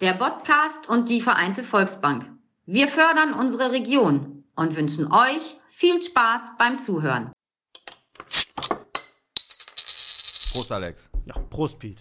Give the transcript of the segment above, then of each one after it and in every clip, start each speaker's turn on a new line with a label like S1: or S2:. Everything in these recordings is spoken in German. S1: der Podcast und die Vereinte Volksbank. Wir fördern unsere Region und wünschen euch viel Spaß beim Zuhören.
S2: Prost, Alex.
S3: Ja, Prost, Piet.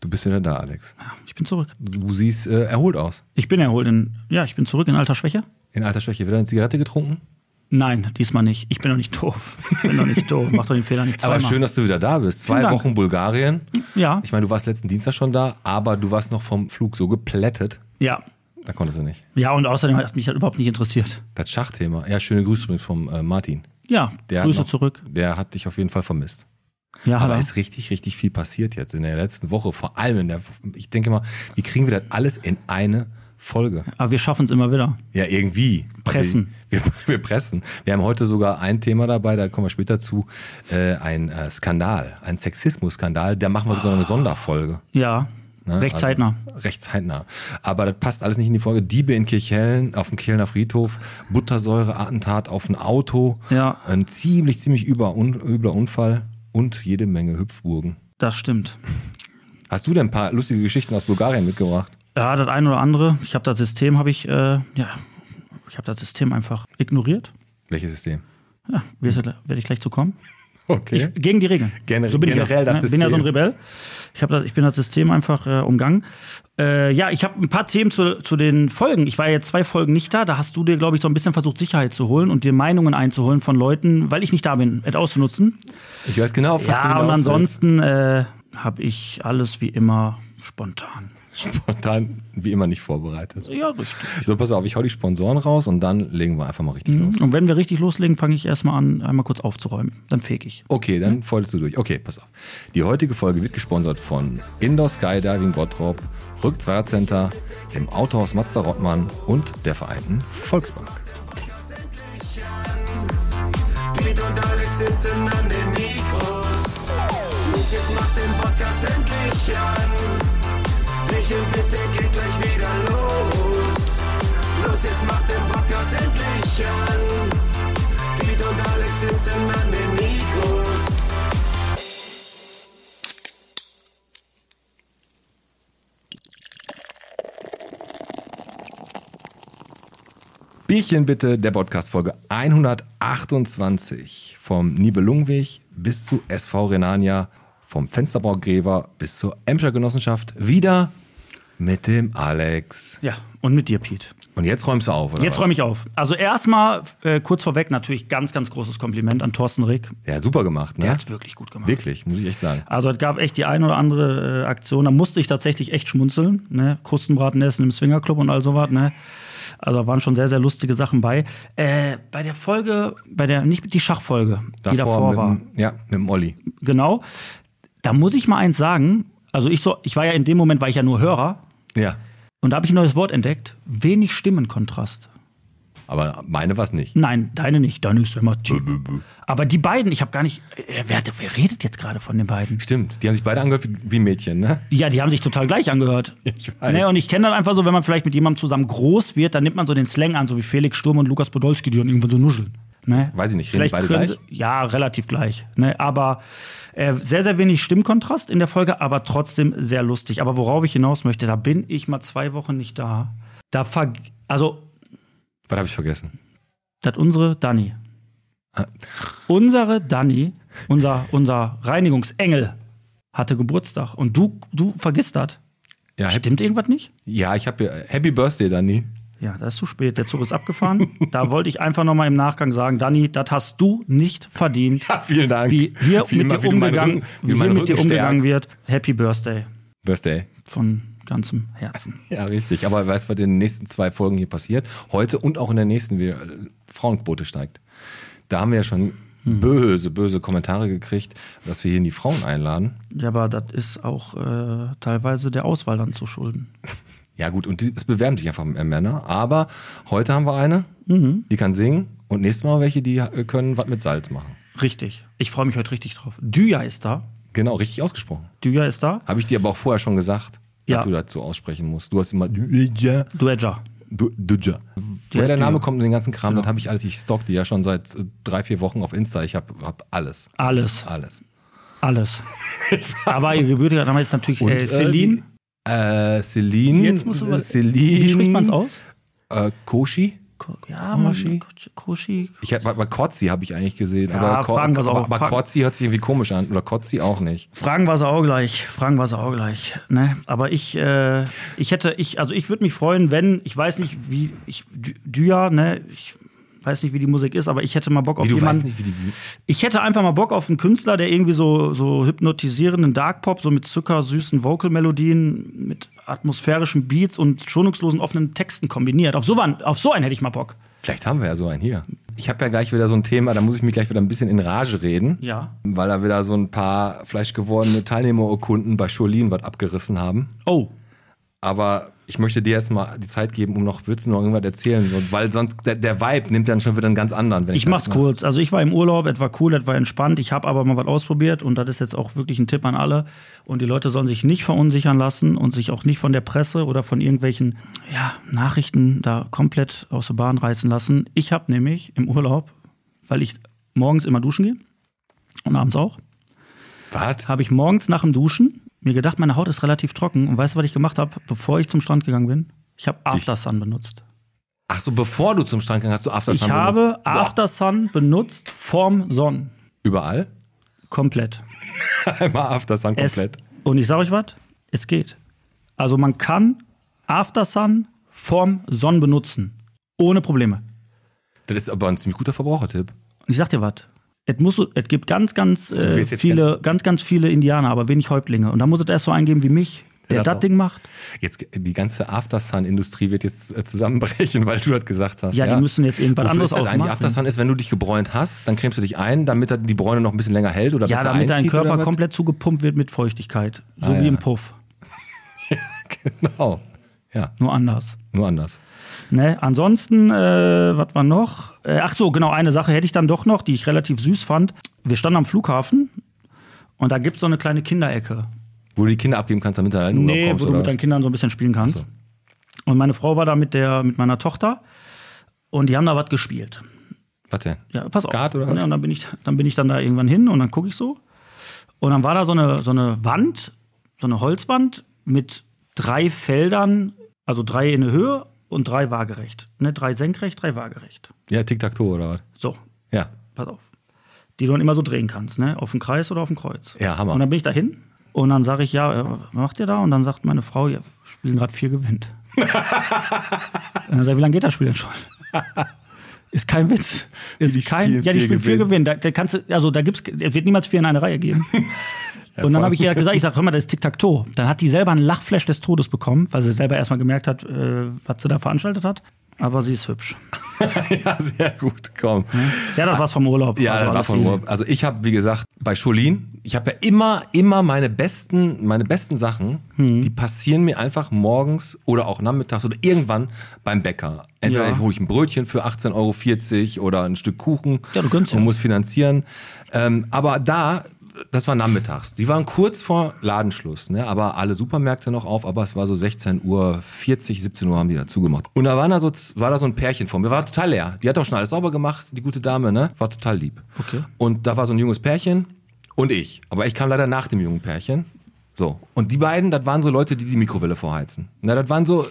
S4: Du bist wieder da, Alex.
S3: Ja, Ich bin zurück.
S4: Du siehst äh, erholt aus.
S3: Ich bin erholt in, ja, ich bin zurück in alter Schwäche.
S4: In alter Schwäche. Wieder eine Zigarette getrunken?
S3: Nein, diesmal nicht. Ich bin doch nicht doof. Ich bin doch nicht doof. Mach doch den Fehler nicht zweimal.
S4: Aber schön, dass du wieder da bist.
S3: Vielen
S4: Zwei
S3: Dank.
S4: Wochen Bulgarien.
S3: Ja.
S4: Ich meine, du warst letzten Dienstag schon da, aber du warst noch vom Flug so geplättet.
S3: ja.
S4: Da konntest du nicht.
S3: Ja, und außerdem hat mich das überhaupt nicht interessiert.
S4: Das Schachthema. Ja, schöne Grüße übrigens vom äh, Martin.
S3: Ja,
S4: Der hat
S3: Grüße
S4: noch,
S3: zurück.
S4: Der hat dich auf jeden Fall vermisst.
S3: Ja,
S4: Aber
S3: hallo.
S4: es ist richtig, richtig viel passiert jetzt in der letzten Woche. Vor allem in der, ich denke mal, wie kriegen wir das alles in eine Folge?
S3: Aber wir schaffen es immer wieder.
S4: Ja, irgendwie.
S3: Pressen.
S4: Wir, wir pressen. Wir haben heute sogar ein Thema dabei, da kommen wir später zu. Äh, ein äh, Skandal, ein Sexismus-Skandal. Da machen wir sogar noch eine Sonderfolge.
S3: Ja,
S4: ne?
S3: Ah. recht zeitnah.
S4: Also, recht zeitnah. Aber das passt alles nicht in die Folge. Diebe in Kirchhellen, auf dem Kirchheller Friedhof, Buttersäure-Attentat auf ein Auto.
S3: Ja.
S4: Ein ziemlich, ziemlich über, un, übler Unfall und jede Menge Hüpfburgen.
S3: Das stimmt.
S4: Hast du denn ein paar lustige Geschichten aus Bulgarien mitgebracht?
S3: Ja, das eine oder andere. Ich habe das System, habe ich, äh, ja, ich habe das System einfach ignoriert.
S4: Welches System?
S3: Ja, werde ich gleich zu kommen.
S4: Okay.
S3: Ich, gegen die Regeln.
S4: Gener-
S3: so bin
S4: generell
S3: ich ja.
S4: das
S3: Ich bin ja so ein
S4: System.
S3: Rebell. Ich, hab das, ich bin das System einfach äh, umgangen. Äh, ja, ich habe ein paar Themen zu, zu den Folgen. Ich war ja jetzt zwei Folgen nicht da. Da hast du dir, glaube ich, so ein bisschen versucht, Sicherheit zu holen und dir Meinungen einzuholen von Leuten, weil ich nicht da bin, et auszunutzen.
S4: Ich, weiß genau, auf was du
S3: Ja, und
S4: hinaus willst.
S3: ansonsten äh, habe ich alles wie immer spontan.
S4: Spontan, wie immer, nicht vorbereitet.
S3: Ja, richtig.
S4: So, pass auf, ich hau die Sponsoren raus und dann legen wir einfach mal richtig los.
S3: Und wenn wir richtig loslegen, fange ich erstmal an, einmal kurz aufzuräumen. Dann feg ich.
S4: Okay, dann folgst du durch. Okay, pass auf. Die heutige Folge wird gesponsert von Indoor Skydiving Bottrop, Rückzweier Center, dem Autohaus Mazda Rottmann und der Vereinten Volksbank.
S5: Piet und Alex sitzen an den Mikros. Los, jetzt macht den Podcast endlich an. Lächeln bitte, geht gleich wieder los. Los, jetzt macht den Podcast endlich an. Piet und Alex sitzen an den Mikros.
S4: Bierchen bitte, der Podcast Folge 128. Vom Nibelungenweg bis zu SV Renania, vom Fensterbaugräber bis zur Emscher Genossenschaft. Wieder mit dem Alex.
S3: Ja, und mit dir, Pete.
S4: Und jetzt räumst du auf, oder?
S3: Jetzt
S4: was?
S3: räume ich auf. Also erstmal äh, kurz vorweg natürlich ganz, ganz großes Kompliment an Thorsten Rick.
S4: Ja, super gemacht, ne?
S3: Der hat's wirklich gut gemacht.
S4: Wirklich, muss ich echt sagen.
S3: Also es gab echt die ein oder andere äh, Aktion, da musste ich tatsächlich echt schmunzeln. Ne? Krustenbraten essen im Swingerclub und all sowas. Ne? Also da waren schon sehr, sehr lustige Sachen bei. Äh, bei der Folge, bei der, nicht die Schachfolge, die davor
S4: mit
S3: war.
S4: Dem, ja, mit dem Olli.
S3: Genau. Da muss ich mal eins sagen. Also ich so, ich war ja in dem Moment, war ich ja nur Hörer.
S4: Ja.
S3: Und da habe ich ein neues Wort entdeckt. Wenig Stimmenkontrast.
S4: Aber meine war es nicht.
S3: Nein, deine nicht. Deine ist immer tief. Aber die beiden, ich habe gar nicht. äh, Wer, wer redet jetzt gerade von den beiden?
S4: Stimmt, die haben sich beide angehört wie, wie Mädchen, ne?
S3: Ja, die haben sich total gleich angehört.
S4: Ich weiß.
S3: Ne, und ich kenne dann einfach so, wenn man vielleicht mit jemandem zusammen groß wird, dann nimmt man so den Slang an, so wie Felix Sturm und Lukas Podolski, die dann irgendwann so nuscheln. Ne?
S4: Weiß ich nicht, reden die beide
S3: können
S4: gleich?
S3: Sie, Ja, relativ gleich. Ne? Aber äh, sehr, sehr wenig Stimmkontrast in der Folge, aber trotzdem sehr lustig. Aber worauf ich hinaus möchte, da bin ich mal zwei Wochen nicht da. Da ver. Also,
S4: Was habe ich vergessen?
S3: dass unsere Dani.
S4: Ah.
S3: Unsere Dani, unser, unser Reinigungsengel, hatte Geburtstag. Und du, du vergisst das.
S4: Ja, hab-
S3: Stimmt irgendwas nicht?
S4: ja ich habe ja. Happy Birthday, Dani.
S3: Ja, das ist zu spät. Der Zug ist abgefahren. da wollte ich einfach nochmal im Nachgang sagen, Dani, das hast du nicht verdient.
S4: Ja, vielen Dank.
S3: Wie hier
S4: Wie immer-
S3: mit dir
S4: wie du meinen
S3: umgegangen,
S4: Rücken- wie du
S3: wie hier
S4: meinen
S3: mit dir
S4: Rücken
S3: umgegangen
S4: stärkst.
S3: wird. Happy Birthday
S4: Birthday.
S3: von ganzem Herzen.
S4: Ja, richtig. Aber weißt du, was in den nächsten zwei Folgen hier passiert? Heute und auch in der nächsten, wie äh, Frauenquote steigt. Da haben wir ja schon
S3: Mhm.
S4: böse, böse Kommentare gekriegt, dass wir hier die Frauen einladen.
S3: Ja, aber das ist auch äh, teilweise der Auswahl dann zu schulden.
S4: Ja, gut, und die- es bewerben sich einfach mehr Männer. Aber heute haben wir eine,
S3: Mhm.
S4: die kann singen. Und nächstes Mal welche, die äh, können was mit Salz machen.
S3: Richtig. Ich freue mich heute richtig drauf. Düja ist da.
S4: Genau, richtig ausgesprochen.
S3: Düja ist da.
S4: Habe ich dir aber auch vorher schon gesagt,
S3: Ja.
S4: dass du dazu aussprechen musst. Du hast immer. Duja.
S3: Duedja.
S4: Du- Duja. Woher
S3: heißt
S4: der Name
S3: Duja.
S4: kommt und den ganzen Kram,
S3: Genau.
S4: das habe ich alles. Ich stock die ja schon seit äh, drei, vier Wochen auf Insta. Ich habe hab alles.
S3: Alles.
S4: Alles.
S3: Äh, Alles. Aber ihr gebürtiger Name ist natürlich
S4: Und,
S3: äh,
S4: äh,
S3: Celine.
S4: Äh, Celine.
S3: Jetzt musst du was.
S4: Celine.
S3: Wie spricht man es aus?
S4: Äh, Koshi?
S3: Ko- Ja, man-
S4: Koshi.
S3: Koshi.
S4: Ich hab, bei Kotzi habe ich eigentlich gesehen.
S3: Ja,
S4: aber Ko-
S3: fragen wir's auch.
S4: aber, aber
S3: Fragen-
S4: Kotzi hört sich irgendwie komisch an. Oder Kotzi auch nicht.
S3: Fragen war sie auch gleich. Fragen war sie auch gleich. Ne? Aber ich, äh, ich hätte, ich, also ich würde mich freuen, wenn, ich weiß nicht, wie, ich, Dü- Dya, ne, ich weiß nicht, wie die Musik ist, aber ich hätte mal Bock auf
S4: Wie, du weißt
S3: jemanden.
S4: nicht, wie die.
S3: Ich hätte einfach mal Bock auf einen Künstler, der irgendwie so, so hypnotisierenden Dark Pop, so mit zuckersüßen Vocal-Melodien, mit atmosphärischen Beats und schonungslosen offenen Texten kombiniert. Auf so, einen, auf so einen hätte ich mal Bock.
S4: Vielleicht haben wir ja so einen hier. Ich habe ja gleich wieder so ein Thema, da muss ich mich gleich wieder ein bisschen in Rage reden.
S3: Ja.
S4: Weil da wieder so ein paar fleischgewordene Teilnehmerurkunden bei Schurlin was abgerissen haben.
S3: Oh.
S4: Aber ich möchte dir erstmal die Zeit geben, um noch, willst du noch irgendwas erzählen? So, Weil sonst, der, der Vibe nimmt dann schon wieder einen ganz anderen. Wenn
S3: Ich mach's
S4: das-
S3: kurz. Also ich war im Urlaub, etwa cool, etwa entspannt. Ich habe aber mal was ausprobiert und das ist jetzt auch wirklich ein Tipp an alle. Und die Leute sollen sich nicht verunsichern lassen und sich auch nicht von der Presse oder von irgendwelchen ja, Nachrichten da komplett aus der Bahn reißen lassen. Ich habe nämlich im Urlaub, weil ich morgens immer duschen gehe und abends auch,
S4: Was?
S3: habe ich morgens nach dem Duschen mir gedacht, meine Haut ist relativ trocken. Und weißt du, was ich gemacht habe, bevor ich zum Strand gegangen bin? Ich habe Aftersun benutzt.
S4: Ach so, bevor du zum Strand gegangen hast, du Aftersun
S3: ich habe
S4: benutzt. Boah,
S3: Aftersun benutzt vorm Sonnen.
S4: Überall?
S3: Komplett.
S4: Einmal Aftersun
S3: Es,
S4: komplett.
S3: und ich sage euch was, es geht. Also man kann Aftersun vorm Sonnen benutzen. Ohne Probleme.
S4: Das ist aber ein ziemlich guter Verbrauchertipp.
S3: Und ich sag dir was. Es, muss, so- es gibt ganz, ganz äh,
S4: wirst jetzt
S3: viele, ganz, ganz viele Indianer, aber wenig Häuptlinge. Und da muss es erst so eingeben wie mich, der
S4: Ja,
S3: das
S4: doch.
S3: Ding macht.
S4: Jetzt, die ganze Aftersun-Industrie wird jetzt äh, zusammenbrechen, weil du das gesagt hast.
S3: Ja, die müssen jetzt irgendwas
S4: Wofür
S3: anderes
S4: ist das halt eigentlich?
S3: aufmachen.
S4: Aftersun ist, wenn du dich gebräunt hast, dann cremst du dich ein, damit das- die Bräune noch ein bisschen länger hält oder
S3: Ja,
S4: besser
S3: damit dein
S4: einzieht
S3: Körper
S4: oder was?
S3: komplett zugepumpt wird mit Feuchtigkeit. So
S4: Ah,
S3: wie
S4: ja.
S3: im Puff.
S4: Genau. Ja,
S3: Nur anders.
S4: nur anders.
S3: Ne? Ansonsten, äh, was war noch? Äh, ach so, genau, eine Sache hätte ich dann doch noch, die ich relativ süß fand. Wir standen am Flughafen und da gibt es so eine kleine Kinderecke.
S4: Wo du die Kinder abgeben kannst, damit du halt in deinen Urlaub
S3: Nee,
S4: kommst
S3: wo du
S4: oder
S3: mit deinen
S4: was?
S3: Kindern so ein bisschen spielen kannst.
S4: Ach
S3: Und meine Frau war da mit, der, mit meiner Tochter und die haben da was gespielt.
S4: Was denn?
S3: Ja, pass
S4: Skat
S3: auf.
S4: oder was?
S3: ja, und dann bin, ich, dann bin ich dann da irgendwann hin und dann gucke ich so. Und dann war da so eine, so eine Wand, so eine Holzwand mit drei Feldern, also drei in der Höhe und drei waagerecht. Ne, drei senkrecht, drei waagerecht.
S4: Ja, Tic-Tac-Toe oder was?
S3: So,
S4: Ja.
S3: pass auf. Die du dann immer so drehen kannst, ne? Auf den Kreis oder auf den Kreuz.
S4: Ja, Hammer.
S3: Und dann bin ich da hin und dann sage ich, ja, äh, was macht ihr da? Und dann sagt meine Frau, ja, wir spielen gerade vier gewinnt. und dann sage ich, wie lange geht das Spiel denn schon? Ist kein Witz. Ist kein,
S4: spielen
S3: ja, die
S4: vier
S3: spielen vier gewinnt. Da, da kannst du, also da gibt's, es wird niemals vier in eine Reihe geben. Und dann habe ich ihr gesagt, ich sage, hör mal, das ist Tic-Tac-Toe. Dann hat die selber einen Lachflash des Todes bekommen, weil sie selber erstmal gemerkt hat, äh, was sie da veranstaltet hat. Aber sie ist hübsch. ne?
S4: ja, sehr gut, komm.
S3: Ja, das war's vom Urlaub.
S4: Ja,
S3: Also
S4: das war
S3: alles
S4: von
S3: easy.
S4: Urlaub. Also ich habe, wie gesagt, bei Scholin, ich habe ja immer, immer meine besten, meine besten Sachen,
S3: Hm.
S4: die passieren mir einfach morgens oder auch nachmittags oder irgendwann beim Bäcker. Entweder
S3: Ja.
S4: hole ich ein Brötchen für 18,40 Euro oder ein Stück Kuchen
S3: Ja, du gönnst
S4: und
S3: ja.
S4: muss finanzieren. Ähm, aber da, das war nachmittags. Die waren kurz vor Ladenschluss, ne? aber alle Supermärkte noch auf, aber es war so 16 Uhr, 40, 17 Uhr haben die dazu gemacht. Und da waren da so, z- war da so ein Pärchen vor mir, war total leer. Die hat auch schon alles sauber gemacht, die gute Dame, ne? war total lieb.
S3: Okay.
S4: Und da war so ein junges Pärchen und ich. Aber ich kam leider nach dem jungen Pärchen. So. Und die beiden, das waren so Leute, die die Mikrowelle vorheizen. Na, das waren so,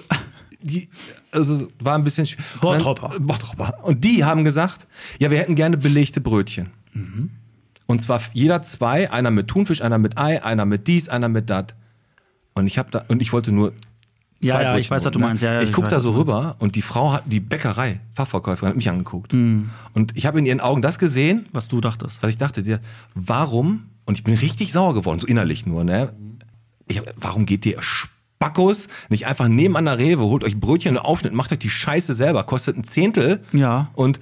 S4: die, also, war ein bisschen. schw- Und dann-
S3: Bottropper.
S4: Bottropper. Und die haben gesagt, ja, wir hätten gerne belegte Brötchen.
S3: Mhm.
S4: Und zwar jeder zwei, einer mit Thunfisch, einer mit Ei, einer mit dies, einer mit dat. Und ich habe da und ich wollte nur
S3: Ja,
S4: zwei
S3: ja, ich
S4: Brötchen
S3: weiß, was du
S4: holen, ne?
S3: meinst. Ja, ja,
S4: ich
S3: ich
S4: guck da
S3: weiß,
S4: so rüber und die Frau hat die Bäckerei Fachverkäuferin hat mich angeguckt.
S3: Mhm.
S4: Und ich habe in ihren Augen das gesehen,
S3: Was du dachtest.
S4: was ich dachte dir, warum? Und ich bin richtig sauer geworden, so innerlich nur, ne? Ich, hab- warum geht ihr Spackos nicht einfach nebenan der Rewe, holt euch Brötchen und Aufschnitt, macht euch die Scheiße selber, kostet ein Zehntel.
S3: Ja.
S4: Und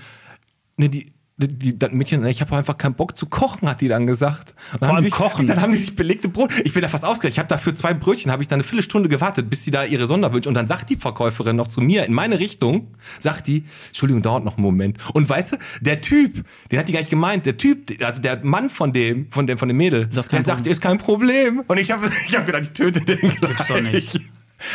S4: ne, die, die, die, das Mädchen, ne, ich habe einfach keinen Bock zu kochen, hat die dann gesagt. Und dann haben
S3: allem
S4: die sich,
S3: kochen.
S4: Dann haben die sich belegte Brot. Ich bin da fast ausgerechnet. Ich habe dafür zwei Brötchen, habe ich dann eine Viertelstunde gewartet, bis sie da ihre Sonderwünsche. Und dann sagt die Verkäuferin noch zu mir in meine Richtung, sagt die, Entschuldigung, dauert noch einen Moment. Und weißt du, der Typ, den hat die gar nicht gemeint, der Typ, also der Mann von dem, von dem, von dem Mädel,
S3: Sagt kein
S4: der sagt,
S3: Problem.
S4: ist kein Problem. Und ich habe ich hab gedacht, ich töte den
S3: doch
S4: gleich.
S3: nicht.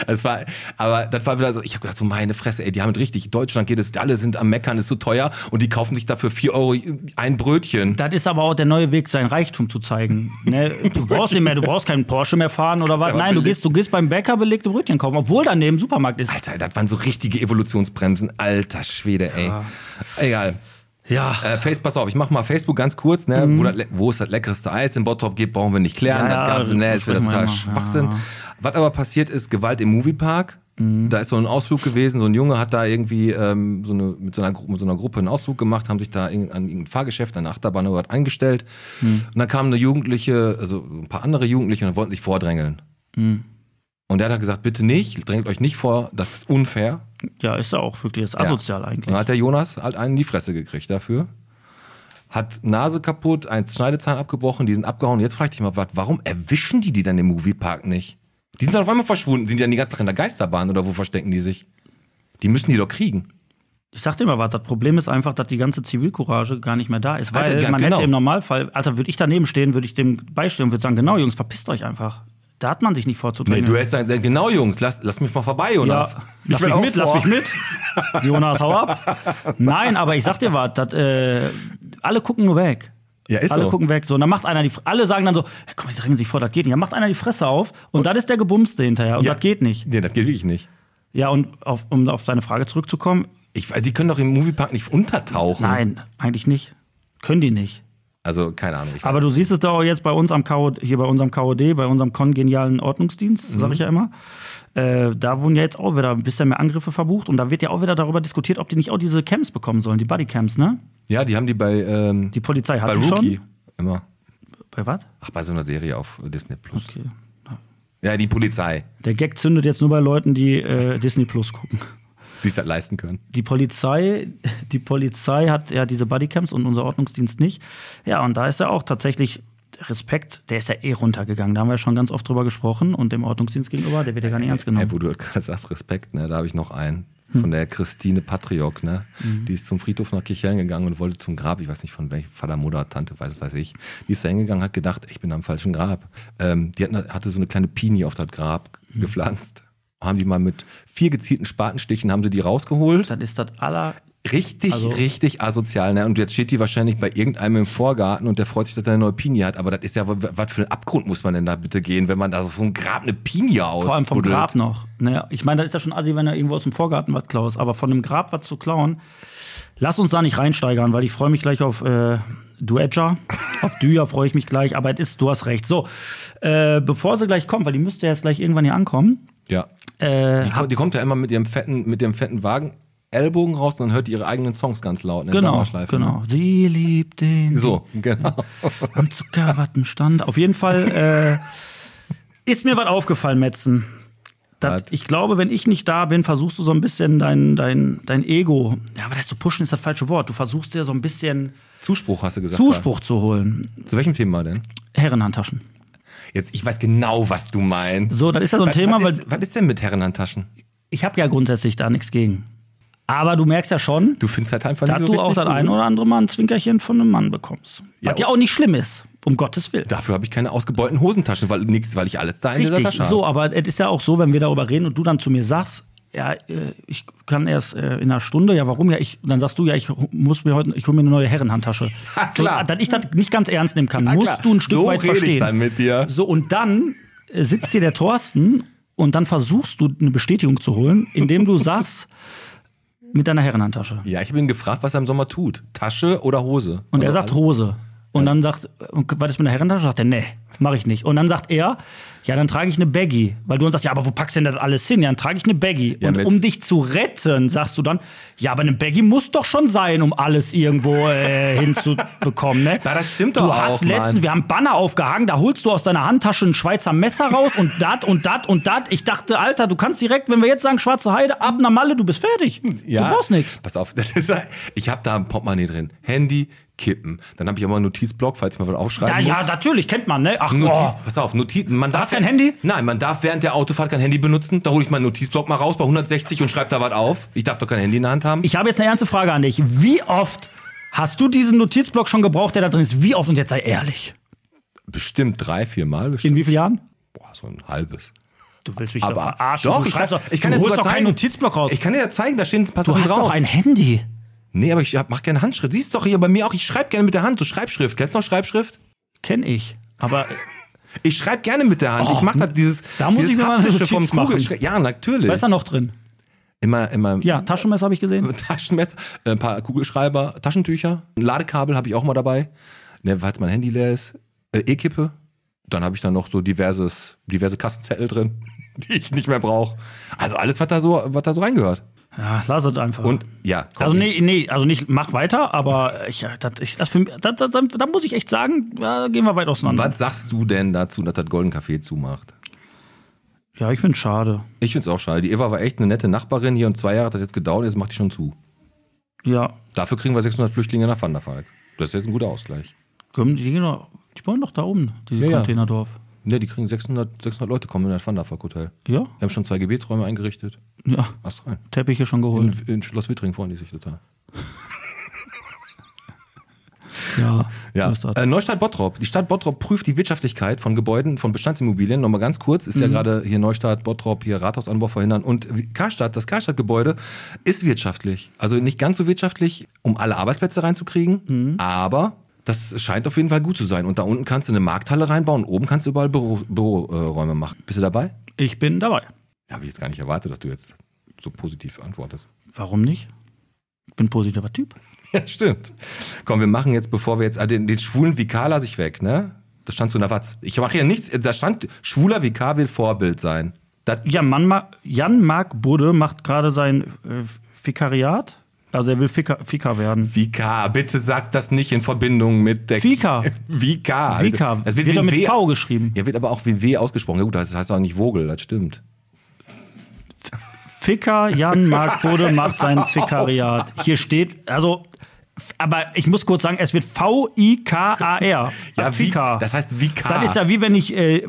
S4: Es war, aber das war wieder so, ich habe gedacht, so meine Fresse, ey, die haben es richtig. Deutschland geht es, alle sind am Meckern, ist so teuer und die kaufen sich dafür 4 Euro ein Brötchen.
S3: Das ist aber auch der neue Weg, sein Reichtum zu zeigen. Ne? Du brauchst nicht mehr, du brauchst keinen Porsche mehr fahren oder was.
S4: aber
S3: Nein, du
S4: billig.
S3: gehst, du gehst beim Bäcker belegte Brötchen kaufen, obwohl daneben Supermarkt ist.
S4: Alter, das waren so richtige Evolutionsbremsen. Alter Schwede, ey. Egal.
S3: Ja.
S4: Äh, Face, pass auf, ich mach mal Facebook ganz kurz, ne? Wo, das, le- wo es das leckerste Eis in Bottrop gibt, brauchen wir nicht klären.
S3: Ja, ja,
S4: das gab, ne, ist wieder
S3: sprechen wir
S4: total
S3: immer,
S4: Schwachsinn. Was aber passiert ist, Gewalt im Moviepark.
S3: Mhm.
S4: Da ist so ein Ausflug gewesen, so ein Junge hat da irgendwie ähm, so eine, mit, so einer, Gru- mit so einer Gruppe einen Ausflug gemacht, haben sich da in, an irgendein Fahrgeschäft, an der Achterbahn oder was eingestellt.
S3: Mhm.
S4: Und dann kamen eine Jugendliche, also ein paar andere Jugendliche und wollten sich vordrängeln.
S3: Mhm.
S4: Und der hat dann gesagt, bitte nicht, drängt euch nicht vor, das ist unfair.
S3: Ja, ist ja auch wirklich jetzt
S4: Ja.
S3: asozial eigentlich.
S4: Dann hat der Jonas halt einen in die Fresse gekriegt dafür. Hat Nase kaputt, ein Schneidezahn abgebrochen, die sind abgehauen. Jetzt frage ich dich mal, wat, warum erwischen die die dann im Moviepark nicht? Die sind dann auf einmal verschwunden. Sind die dann die ganze Zeit in der Geisterbahn oder wo verstecken die sich? Die müssen die doch kriegen.
S3: Ich sag dir mal was, das Problem ist einfach, dass die ganze Zivilcourage gar nicht mehr da ist. Weil
S4: Alter, ganz
S3: man
S4: genau.
S3: hätte im Normalfall, Alter, würde ich daneben stehen, würde ich dem beistehen und würde sagen, genau, Jungs, verpisst euch einfach. Da hat man sich nicht
S4: Nee,
S3: vorzudrängen.
S4: du hättest dann, genau, Jungs, lass, lass mich mal vorbei, Jonas.
S3: Mhm. Ja, lass mich mit, lass mich mit. Jonas, hau ab. Nein, aber ich sag dir was, das, äh, alle gucken nur weg.
S4: Ja, ist
S3: alle
S4: so.
S3: gucken weg. So, und dann macht einer die, Fr- alle sagen dann so, ja, komm, die drängen sich vor, das geht nicht. Dann macht einer die Fresse auf und, dann ist der Gebumste hinterher und
S4: Ja.
S3: das geht nicht.
S4: Nee, das geht wirklich nicht.
S3: Ja, und auf, um auf deine Frage zurückzukommen,
S4: Ich, also, die können doch im Moviepark nicht untertauchen.
S3: nein, eigentlich nicht. Können die nicht.
S4: Also, keine Ahnung. Ich
S3: Aber du siehst es doch auch jetzt bei uns am KOD, hier bei unserem KOD, bei unserem kongenialen Ordnungsdienst,
S4: Mhm.
S3: sag ich ja immer. Äh, da wurden ja jetzt auch wieder ein bisschen mehr Angriffe verbucht und da wird ja auch wieder darüber diskutiert, ob die nicht auch diese Camps bekommen sollen, die Bodycams, ne?
S4: ja, die haben die bei, ähm,
S3: Die Polizei hat
S4: bei
S3: die
S4: Rookie
S3: schon.
S4: immer.
S3: Bei was?
S4: Ach, bei so einer Serie auf Disney Plus.
S3: Okay.
S4: Ja, die Polizei,
S3: Der Gag zündet jetzt nur bei Leuten, die äh, Disney Plus gucken.
S4: die es das leisten können.
S3: Die Polizei, die Polizei hat ja diese Bodycams und unser Ordnungsdienst nicht. Ja, und da ist ja auch tatsächlich der Respekt, der ist ja eh runtergegangen. Da haben wir schon ganz oft drüber gesprochen und dem Ordnungsdienst gegenüber, der wird ja gar nicht ernst genommen.
S4: Ey, Äh, wo du halt gerade sagst, Respekt, ne? da habe ich noch einen. Von der Christine Patriok, ne? Die ist zum Friedhof nach Kirchhellen gegangen und wollte zum Grab, ich weiß nicht von welchem Vater, Mutter, Tante, weiß, weiß ich. Die ist da hingegangen, hat gedacht, ich bin am falschen Grab. Ähm, die hat, hatte so eine kleine Pinie auf das Grab gepflanzt. Haben die mal mit vier gezielten Spatenstichen, haben sie die rausgeholt.
S3: Dann ist das aller.
S4: Richtig,
S3: Also-
S4: richtig asozial. Ne? Und jetzt steht die wahrscheinlich bei irgendeinem im Vorgarten und der freut sich, dass er eine neue Pinie hat. Aber das ist ja, w- w- was für ein Abgrund muss man denn da bitte gehen, wenn man da so vom Grab eine Pinie ausbuddelt?
S3: Vor allem vom Grab noch. Naja, ich meine, das ist ja schon assi, wenn er irgendwo aus dem Vorgarten was klaust. Aber von dem Grab was zu klauen, lass uns da nicht reinsteigern, weil ich freue mich gleich auf äh, Duedger. auf Düja freue ich mich gleich. Aber es ist, du hast recht. So, äh, bevor sie gleich kommt, weil die müsste jetzt gleich irgendwann hier ankommen.
S4: Ja.
S3: Äh,
S4: Die, ko- die kommt ja immer mit ihrem fetten, mit ihrem fetten Wagen Ellbogen raus und dann hört die ihre eigenen Songs ganz laut. Ne?
S3: genau,
S4: Dauerschleife,
S3: genau. Sie liebt den
S4: Ne? So, genau.
S3: am Zuckerwattenstand. Auf jeden Fall äh, ist mir was aufgefallen, Metzen.
S4: Was?
S3: Das, ich glaube, wenn ich nicht da bin, versuchst du so ein bisschen dein, dein, dein Ego. Ja, aber das zu pushen ist das falsche Wort. Du versuchst dir so ein bisschen
S4: Zuspruch hast du gesagt.
S3: Zuspruch zu holen.
S4: gerade. Zu welchem Thema denn?
S3: Herrenhandtaschen.
S4: Jetzt, ich weiß genau, was du meinst.
S3: So, das ist ja so ein
S4: was,
S3: Thema,
S4: was
S3: weil
S4: ist, was ist denn mit Herrenhandtaschen?
S3: ich habe ja grundsätzlich da nichts gegen. Aber du merkst ja schon,
S4: Du findest halt einfach
S3: dass
S4: nicht so
S3: du auch
S4: richtig
S3: das
S4: gut.
S3: ein oder andere Mal ein Zwinkerchen von einem Mann bekommst. Was ja auch nicht schlimm ist, um Gottes Willen.
S4: Dafür habe ich keine ausgebeulten Hosentaschen, weil nix, weil ich alles da in dieser
S3: Richtig,
S4: Tasche habe.
S3: so, aber es ist ja auch so, wenn wir darüber reden und du dann zu mir sagst, ja, äh, ich kann erst äh, in einer Stunde, ja, warum ja? Ich, und dann sagst du, ja, ich hu- muss mir heute, ich hole mir eine neue Herrenhandtasche.
S4: klar.
S3: So, dass ich das nicht ganz ernst nehmen kann, musst
S4: klar.
S3: du ein Stück
S4: So
S3: weit
S4: rede ich
S3: verstehen.
S4: dann mit dir.
S3: So, und dann äh, sitzt dir der Thorsten und dann versuchst du eine Bestätigung zu holen, indem du sagst, mit deiner Herrenhandtasche.
S4: Ja, ich habe ihn gefragt, was er im Sommer tut. Tasche oder Hose?
S3: Und er
S4: Also
S3: sagt Hose. Und dann sagt, und was ist mit der Herrentasche? Sagt er, nee, mache ich nicht. Und dann sagt er, ja, dann trage ich eine Baggy. Weil du uns sagst, ja, aber wo packst du denn das alles hin? Ja, dann trage ich eine Baggy.
S4: Ja,
S3: und
S4: mit-
S3: um dich zu retten, sagst du dann, ja, aber eine Baggy muss doch schon sein, um alles irgendwo äh, hinzubekommen. Ne?
S4: Na, das stimmt
S3: du
S4: doch
S3: hast
S4: auch,
S3: letztens,
S4: Mann.
S3: wir haben Banner aufgehangen, da holst du aus deiner Handtasche ein Schweizer Messer raus und dat und dat und dat. Ich dachte, Alter, du kannst direkt, wenn wir jetzt sagen, schwarze Heide, ab einer Malle, du bist fertig.
S4: Ja.
S3: Du brauchst nichts.
S4: Pass auf, das ist, ich habe da ein Portemonnaie drin. Handy, Kippen. Dann habe ich auch mal einen Notizblock, falls ich mal was aufschreiben
S3: Ja,
S4: muss.
S3: ja, natürlich, kennt man, ne? Ach,
S4: Notiz,
S3: oh.
S4: pass auf, Notiz, man darf
S3: hast kein Handy?
S4: Nein, man darf während der Autofahrt kein Handy benutzen. Da hole ich meinen Notizblock mal raus bei 160 und schreibe da was auf. Ich darf doch kein Handy in der Hand haben.
S3: Ich habe jetzt eine ernste Frage an dich. Wie oft hast du diesen Notizblock schon gebraucht, der da drin ist? Wie oft? Und jetzt sei ehrlich.
S4: bestimmt drei, vier Mal. Bestimmt.
S3: In wie vielen Jahren?
S4: Boah, so ein halbes.
S3: Du willst mich
S4: Aber
S3: da verarschen.
S4: doch,
S3: du
S4: ich kann-
S3: schreibst doch,
S4: ich kann
S3: du
S4: jetzt
S3: holst
S4: mal
S3: doch keinen
S4: zeigen.
S3: Notizblock raus.
S4: Ich kann dir ja zeigen, da stehen ein paar
S3: du
S4: Sachen
S3: hast
S4: drauf.
S3: doch ein Handy.
S4: nee, aber ich hab, mach gerne Handschrift. Siehst doch hier bei mir auch, ich schreibe gerne mit der Hand. So Schreibschrift. Kennst du noch Schreibschrift?
S3: Kenn ich. Aber
S4: Ich schreibe gerne mit der Hand.
S3: Oh,
S4: ich mache das dieses,
S3: da muss
S4: dieses
S3: ich mir mal eine
S4: haptische
S3: Notiz
S4: vom Kugelschre-
S3: machen.
S4: Ja, natürlich.
S3: was ist da noch drin?
S4: immer, immer
S3: Ja, Taschenmesser habe ich gesehen.
S4: Taschenmesser, äh, ein paar Kugelschreiber, Taschentücher, ein Ladekabel habe ich auch mal dabei, ne, falls mein Handy leer ist, äh, E-Kippe. Dann habe ich dann noch so diverses, diverse Kassenzettel drin, die ich nicht mehr brauche. Also alles, was da so, was da so reingehört.
S3: Ja, lass es einfach.
S4: Und ja, komm,
S3: also nee, nee, also nicht mach weiter, aber ich, äh, das, ich, das für, mich- das, das, da muss ich echt sagen, da gehen wir weit auseinander.
S4: was sagst du denn dazu, dass das Golden Café zumacht?
S3: Ja, ich finde schade.
S4: Ich find's auch schade. Die Eva war echt eine nette Nachbarin hier und zwei Jahre hat das jetzt gedauert, jetzt macht die schon zu.
S3: Ja,
S4: Dafür kriegen wir 600 Flüchtlinge nach Van der Valk. Das ist jetzt ein guter Ausgleich.
S3: komm, die, gehen doch- die wollen doch da oben, diese
S4: Ja, ja.
S3: Containerdorf.
S4: Ne, die kriegen 600, 600 Leute kommen in das Van der Valk Hotel.
S3: Ja,
S4: Wir haben schon zwei Gebetsräume eingerichtet.
S3: ja.
S4: Astral.
S3: Teppiche schon
S4: In,
S3: geholt.
S4: in Schloss Wittring freuen die sich total.
S3: Ja,
S4: Ja.
S3: so ist das.
S4: Äh, Neustadt Bottrop. Die Stadt Bottrop prüft die Wirtschaftlichkeit von Gebäuden, von Bestandsimmobilien. Nochmal ganz kurz, ist ja gerade hier Neustadt Bottrop, hier Rathausanbau verhindern. Und Karstadt, das Karstadt-Gebäude ist wirtschaftlich. Also nicht ganz so wirtschaftlich, um alle Arbeitsplätze reinzukriegen, aber das scheint auf jeden Fall gut zu sein. Und da unten kannst du eine Markthalle reinbauen, oben kannst du überall Büro- Büroräume machen. Bist du dabei?
S3: Ich bin dabei.
S4: Habe ich jetzt gar nicht erwartet, dass du jetzt so positiv antwortest.
S3: Warum nicht? Ich bin ein positiver Typ.
S4: Ja, stimmt. Komm, wir machen jetzt, bevor wir jetzt ah, den, den schwulen Vikar lasse ich weg, ne? Das stand zu einer Watz. Ich mache ja nichts. Da stand, schwuler Vikar will Vorbild sein. Das,
S3: Ja, Mann, Ma- Jan Mark Budde macht gerade sein äh, Fikariat. Also er will Fika, Fika werden.
S4: Vikar, bitte sag das nicht in Verbindung mit der
S3: Vikar.
S4: Vikar.
S3: Fika.
S4: Das
S3: wird doch
S4: wie ein
S3: mit
S4: W-
S3: V geschrieben.
S4: Ja, wird aber auch wie W ausgesprochen. Ja gut, das heißt auch nicht Vogel, das stimmt.
S3: Ficker Jan Mark Bode macht sein Fikariat. Hier steht, also, f- aber ich muss kurz sagen, es wird V-I-K-A-R.
S4: wie- Das heißt Vikar.
S3: Das ist ja wie wenn ich, äh,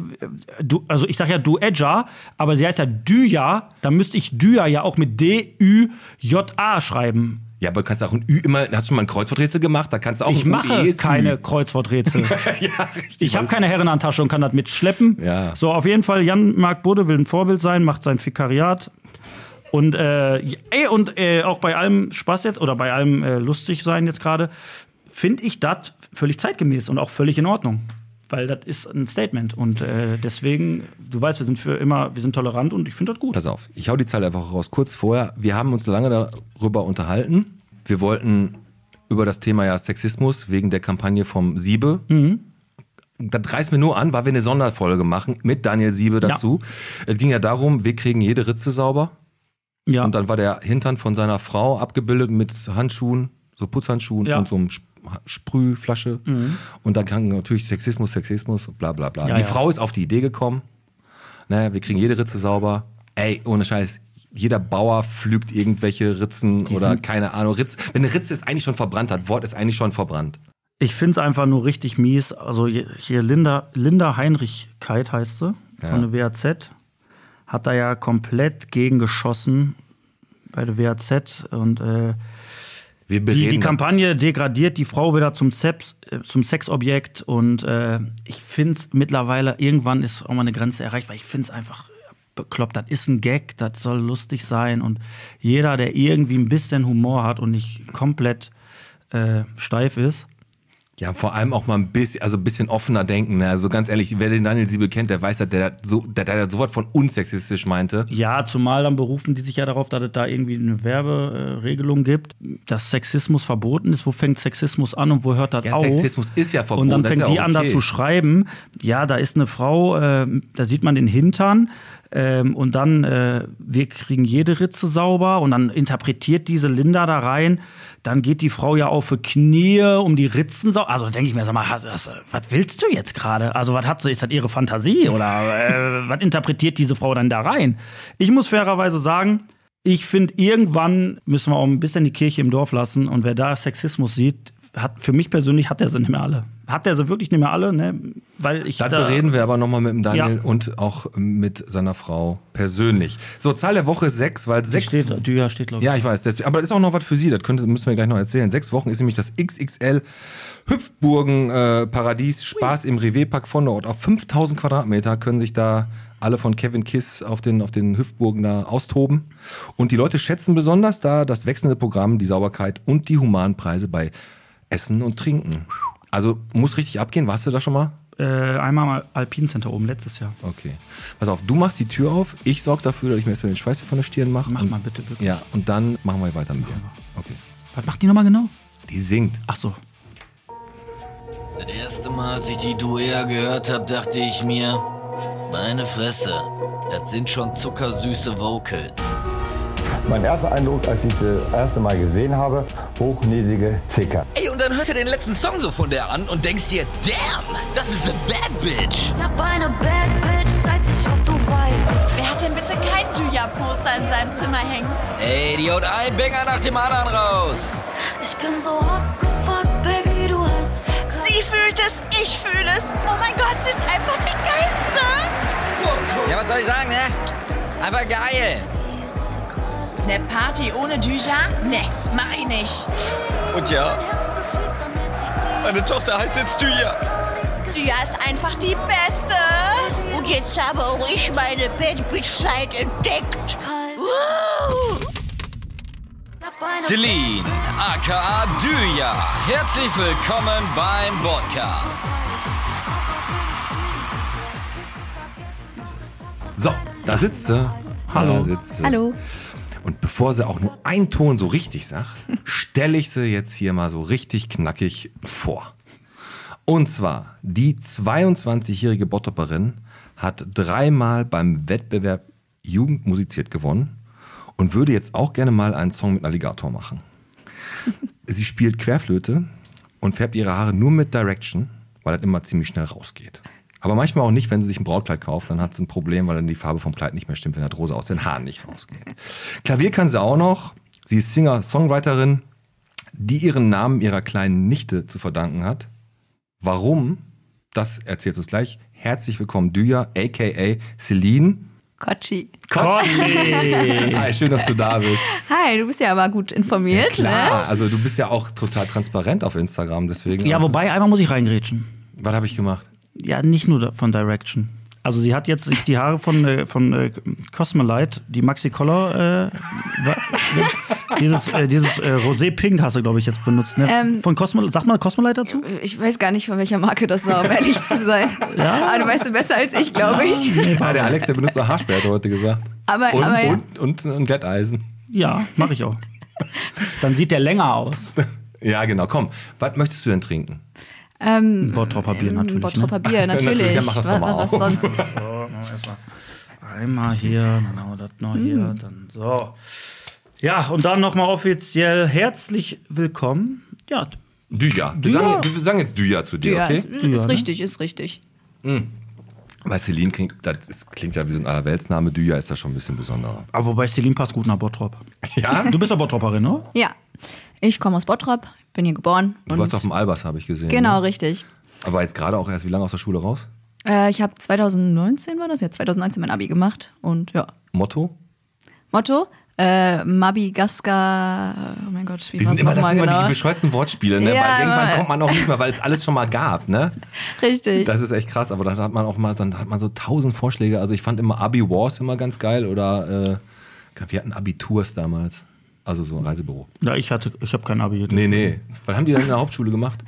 S3: du, also ich sage ja Duedja, aber sie heißt ja Düja, dann müsste ich Düja ja auch mit D-Ü-J-A schreiben.
S4: ja, aber du kannst auch ein Ü immer, hast du schon mal ein Kreuzworträtsel gemacht? Da kannst du auch
S3: Ich
S4: ein UE
S3: mache
S4: ist E Ü.
S3: keine Kreuzworträtsel.
S4: ja, richtig.
S3: Ich habe keine Herrenhandtasche und kann das mitschleppen.
S4: Ja.
S3: So, auf jeden Fall, Jan-Marc Bode will ein Vorbild sein, macht sein Fikariat. Und, äh, ja, ey, und äh, auch bei allem Spaß jetzt oder bei allem äh, lustig sein jetzt gerade, finde ich das völlig zeitgemäß und auch völlig in Ordnung. Weil das ist ein Statement. Und äh, deswegen, du weißt, wir sind für immer, wir sind tolerant und ich finde das gut.
S4: Oh, Pass auf, ich hau die Zahl einfach raus. Kurz vorher, wir haben uns lange darüber unterhalten. Wir wollten über das Thema ja Sexismus wegen der Kampagne vom Siebe. Das reißen wir nur an, weil wir eine Sonderfolge machen mit Daniel Siebe dazu. Es ging ja darum, wir kriegen jede Ritze sauber.
S3: Ja.
S4: Und dann war der Hintern von seiner Frau abgebildet mit Handschuhen, so Putzhandschuhen
S3: Ja. Mhm.
S4: und so einem Sp- Sprühflasche. Und dann kam natürlich Sexismus, Sexismus, bla bla bla.
S3: Ja,
S4: die
S3: ja.
S4: Frau ist auf die Idee gekommen, naja, wir kriegen jede Ritze sauber. Ey, ohne Scheiß. Jeder Bauer pflügt irgendwelche Ritzen oder keine Ahnung. Ritz, wenn eine Ritze ist eigentlich schon verbrannt, hat Wort ist eigentlich schon verbrannt.
S3: Ich finde es einfach nur richtig mies. Also hier- hier Linda, Linda Heinrichkeit heißt sie, von der WAZ, hat da ja komplett gegen geschossen bei der WAZ. Und äh,
S4: Wir
S3: die, die
S4: bereden-
S3: Kampagne degradiert die Frau wieder zum, Sex, äh, zum Sexobjekt. Und äh, ich finde es mittlerweile, irgendwann ist auch mal eine Grenze erreicht, weil ich finde es einfach bekloppt. Das ist ein Gag, das soll lustig sein. Und jeder, der irgendwie ein bisschen Humor hat und nicht komplett äh, steif ist,
S4: Ja, vor allem auch mal ein bisschen, also ein bisschen offener denken. Ne? Also ganz ehrlich, wer den Daniel Siebel kennt, der weiß, dass der das so, der, der das so was von unsexistisch meinte.
S3: Ja, zumal dann berufen die sich ja darauf, dass es da irgendwie eine Werberegelung gibt, dass Sexismus verboten ist. Wo fängt Sexismus an und wo hört das
S4: Ja,
S3: auf?
S4: Sexismus ist ja verboten,
S3: Und dann
S4: das
S3: fängt
S4: ist ja
S3: die
S4: auch
S3: an, da
S4: okay.
S3: zu schreiben, ja, da ist eine Frau, äh, da sieht man den Hintern ähm, und dann, äh, wir kriegen jede Ritze sauber und dann interpretiert diese Linda da rein, dann geht die Frau ja auf die Knie, um die Ritzen sauber. Also denke ich mir, sag mal, hast- hast- was willst du jetzt gerade? Also was hat sie, ist das ihre Fantasie oder äh, was interpretiert diese Frau dann da rein? Ich muss fairerweise sagen, ich finde, irgendwann müssen wir auch ein bisschen die Kirche im Dorf lassen. Und wer da Sexismus sieht, hat für mich persönlich hat er sie nicht mehr alle. Hat er sie wirklich nicht mehr alle, ne? Weil ich
S4: Das
S3: da-
S4: bereden wir aber nochmal mit dem Daniel
S3: Ja.
S4: und auch mit seiner Frau persönlich. So, Zahl der Woche sechs, weil sechs.
S3: steht, du, ja, steht, glaube ich.
S4: ja, ich weiß. Deswegen, aber das ist auch noch was für Sie. Das könnte, müssen wir gleich noch erzählen. Sechs Wochen ist nämlich das XXL Hüpfburgen äh, Paradies Spaß im Revetpark von Nord. Auf 5000 Quadratmeter können sich da alle von Kevin Kiss auf den, auf den Hüftburgen da austoben. Und die Leute schätzen besonders da das wechselnde Programm, die Sauberkeit und die Humanpreise bei Essen und Trinken. Also muss richtig abgehen. Warst du da schon mal?
S3: Äh, einmal mal Alpin Center oben, letztes Jahr.
S4: Okay. Pass auf, du machst die Tür auf, ich sorge dafür, dass ich mir jetzt mal den Schweiß hier von der Stirn mache.
S3: Mach
S4: Und-
S3: mal bitte, bitte.
S4: Ja, und dann machen wir weiter mit dir. Okay.
S3: Was macht die nochmal genau?
S4: Die singt.
S3: Ach so.
S6: Das erste Mal, als ich die Duea gehört habe, dachte ich mir, meine Fresse, das sind schon zuckersüße Vocals.
S7: Mein erster Eindruck, als ich sie das erste Mal gesehen habe, hochnäsige Zicker.
S6: Ey, und dann hörst du den letzten Song so von der an und denkst dir, damn, das ist a bad bitch.
S8: Ich hab eine Bad Bitch, seit ich hoffe, du weißt es.
S9: Wer hat denn bitte kein Julia-Poster in seinem Zimmer hängen?
S6: Ey, die haut ein Banger nach dem anderen raus.
S8: Ich bin so abgefuckt, Baby, du hast verkackt.
S9: Sie fühlt es, ich fühle es. Oh mein Gott, sie ist einfach die Geilste.
S6: Ja, was soll ich sagen, ne? Einfach geil.
S9: Eine Party ohne Düja? Nee, mach ich nicht.
S6: Und ja, meine Tochter heißt jetzt Duja.
S9: Düja ist einfach die Beste. Und jetzt habe auch ich meine Bad Bitch-Zeit entdeckt.
S6: Celine, aka Duja. Herzlich willkommen beim Podcast.
S4: So, da sitzt sie.
S3: Hallo.
S4: Da sitzt sie. Und bevor sie auch nur einen Ton so richtig sagt, stelle ich sie jetzt hier mal so richtig knackig vor. Und zwar, die 22-jährige Bottopperin hat dreimal beim Wettbewerb Jugend musiziert gewonnen und würde jetzt auch gerne mal einen Song mit Alligator machen. Sie spielt Querflöte und färbt ihre Haare nur mit Direction, weil das immer ziemlich schnell rausgeht. Aber manchmal auch nicht, wenn sie sich ein Brautkleid kauft, dann hat sie ein Problem, weil dann die Farbe vom Kleid nicht mehr stimmt, wenn das Rose aus den Haaren nicht rausgeht. Klavier kann sie auch noch. Sie ist Singer-Songwriterin, die ihren Namen ihrer kleinen Nichte zu verdanken hat. Warum? Das erzählt uns gleich. Herzlich willkommen, Düja, a.k.a. Celine.
S10: Kotschi.
S4: Hi, schön, dass du da bist.
S10: Hi, du bist ja aber gut informiert, ne?
S4: Klar, also du bist ja auch total transparent auf Instagram, deswegen.
S3: Ja, wobei, einmal muss ich reingrätschen.
S4: Was habe ich gemacht?
S3: Ja, nicht nur da- von Direction. Also sie hat jetzt sich die Haare von, äh, von äh, Cosmolite, die Maxi Collar, äh, wa- dieses, äh, dieses äh, Rosé Pink hast du, glaube ich, jetzt benutzt. Ne? von Cosmolite, sagt man Cosmolite dazu?
S10: ne? Ich weiß gar nicht, von welcher Marke das war, um ehrlich zu sein. Aber du weißt es besser als ich, glaube ich.
S4: Ah, der Alex, der benutzt noch Haarspray, hat er heute gesagt.
S10: Aber-
S4: und,
S10: aber ja.
S4: und, und, und Glätteisen.
S3: Ja, mache ich auch. Dann sieht der länger aus.
S4: Ja, genau. Komm, was möchtest du denn trinken?
S10: Ähm,
S3: Bottroper Bier natürlich.
S10: Bottroper Bier, natürlich.
S4: ne? Natürlich, ja, mach das doch
S10: was,
S4: mal
S10: was
S4: auf.
S10: sonst?
S3: Ne? So, machen wir erstmal einmal hier, genau das noch hier, dann so. Ja, und dann nochmal offiziell herzlich willkommen. Ja,
S4: Düja. Wir, sagen, wir sagen jetzt Düja zu dir,
S10: Ja,
S4: okay? ne?
S10: ist, ist richtig, ist richtig.
S4: Weil Celine klingt, das ist, klingt ja wie so ein Allerweltsname. Düja ist da schon ein bisschen besonderer.
S3: aber wobei Celine passt gut nach Bottrop.
S4: Ja?
S3: Du bist ja Bottropperin, ne?
S10: Ja. Ich komme aus Bottrop, bin hier geboren.
S4: Du
S10: und-
S4: warst auf dem Albers, habe ich gesehen.
S10: Genau,
S4: ne?
S10: richtig.
S4: Aber jetzt gerade auch erst wie lange aus der Schule raus?
S10: Äh, ich habe 2019 war das ja, 2019 mein Abi gemacht und ja.
S4: Motto?
S10: Motto? Äh, Mabigaska, oh mein Gott, wie
S4: Die
S10: war
S4: sind
S10: es
S4: immer, das
S10: nochmal
S4: sind immer die
S10: genau?
S4: bescheuerten Wortspiele, ne?
S10: Ja,
S4: weil irgendwann
S10: aber-
S4: kommt man auch nicht mehr, weil es alles schon mal gab, ne?
S10: Richtig.
S4: Das ist echt krass, aber dann hat man auch mal, dann hat man so tausend Vorschläge. Also ich fand immer Abi Wars immer ganz geil oder äh, wir hatten Abiturs damals. Also so ein Reisebüro.
S3: Ja, ich hatte, ich habe kein Abi
S4: Nee, nee. Was haben die dann in der Hauptschule gemacht?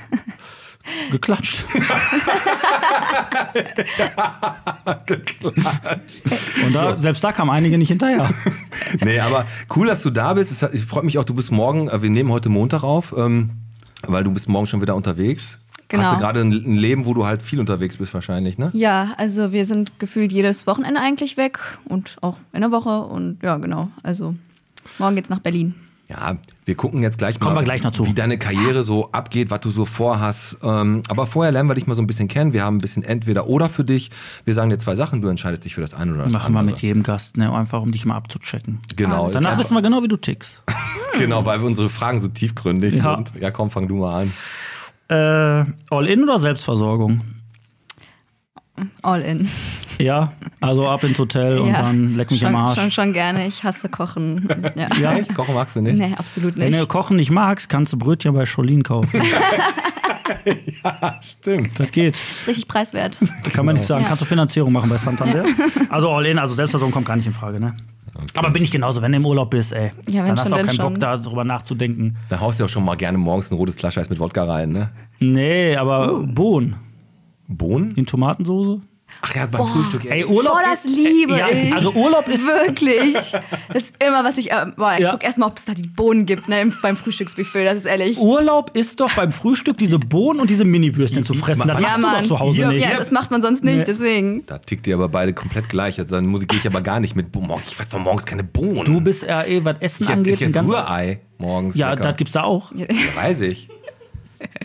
S3: geklatscht. Und da, selbst da kamen einige nicht hinterher.
S4: nee, aber cool, dass du da bist. Es hat, ich freut mich auch, du bist morgen, äh, wir nehmen heute Montag auf, ähm, weil du bist morgen schon wieder unterwegs.
S10: Genau.
S4: Hast du gerade ein, ein Leben, wo du halt viel unterwegs bist wahrscheinlich, ne?
S10: Ja, also wir sind gefühlt jedes Wochenende eigentlich weg und auch in der Woche und ja, genau. Also morgen geht's nach Berlin.
S4: Ja, wir gucken jetzt gleich
S3: Kommen
S4: mal,
S3: wir gleich noch zu.
S4: wie deine Karriere so abgeht, was du so vorhast. Ähm, aber vorher lernen wir dich mal so ein bisschen kennen. Wir haben ein bisschen entweder oder für dich. Wir sagen dir zwei Sachen, du entscheidest dich für das eine oder das
S3: Machen wir
S4: andere.
S3: mit jedem Gast, ne? Einfach um dich mal abzuchecken.
S4: Genau, ist
S3: Danach
S4: einfach,
S3: wissen wir genau, wie du tickst.
S4: genau, weil wir unsere Fragen so tiefgründig
S3: Ja.
S4: sind. Ja, komm, fang du mal an.
S3: Äh, All-in oder Selbstversorgung?
S10: All in.
S3: Ja, also ab ins Hotel und
S10: Ja.
S3: dann leck mich
S10: schon,
S3: am Arsch.
S10: Schon, schon gerne. Ich hasse Kochen. Ja.
S3: Ja.
S4: Echt? Kochen magst du nicht?
S10: Nee, absolut
S3: Wenn
S10: nicht.
S3: du Kochen nicht magst, kannst du Brötchen bei Scholin kaufen.
S4: Stimmt.
S3: Das geht.
S10: ist richtig preiswert.
S3: Kann man nicht sagen. Kannst du Finanzierung machen bei Santander? Also all in, also Selbstversorgung kommt gar nicht in Frage, ne? Aber bin ich genauso, wenn du im Urlaub bist, ey.
S10: Ja, wenn
S3: dann hast
S10: schon,
S3: du auch
S10: denn
S3: keinen
S10: schon.
S3: Bock, da drüber nachzudenken.
S4: Da haust du auch schon mal gerne morgens ein rotes Glas Eis mit Wodka rein, ne?
S3: Nee,
S10: Uh.
S3: aber Bohnen
S4: Bohnen?
S3: in Tomatensoße?
S4: Ach ja, beim Frühstück.
S3: Ey, oh. Urlaub
S10: Boah, das
S3: ist-
S10: liebe
S3: ja,
S10: ich.
S3: Also Urlaub ist
S10: Wirklich. Das ist immer, was ich. äh, Boah, ich
S3: Ja.
S10: guck erstmal, ob es da die Bohnen gibt, ne, im- beim Frühstücksbuffet, das ist ehrlich.
S3: Urlaub ist doch beim Frühstück diese Bohnen und diese Mini-Würstchen zu fressen. Das
S4: Ja,
S3: machst du doch zu Hause
S10: ja,
S3: nicht.
S10: Ja, das macht man sonst nicht, deswegen.
S4: Da tickt ihr aber beide komplett gleich. Also dann muss- gehe ich aber gar nicht mit. Boah, morgen- ich weiß doch morgens keine Bohnen.
S3: Du bist ja eh, was Essen
S4: ich esse,
S3: angeht,
S4: ich esse
S3: ein ganz-
S4: Rührei morgens.
S3: Ja,
S4: lecker.
S3: das gibt's da auch. Ja,
S4: Ja, weiß ich.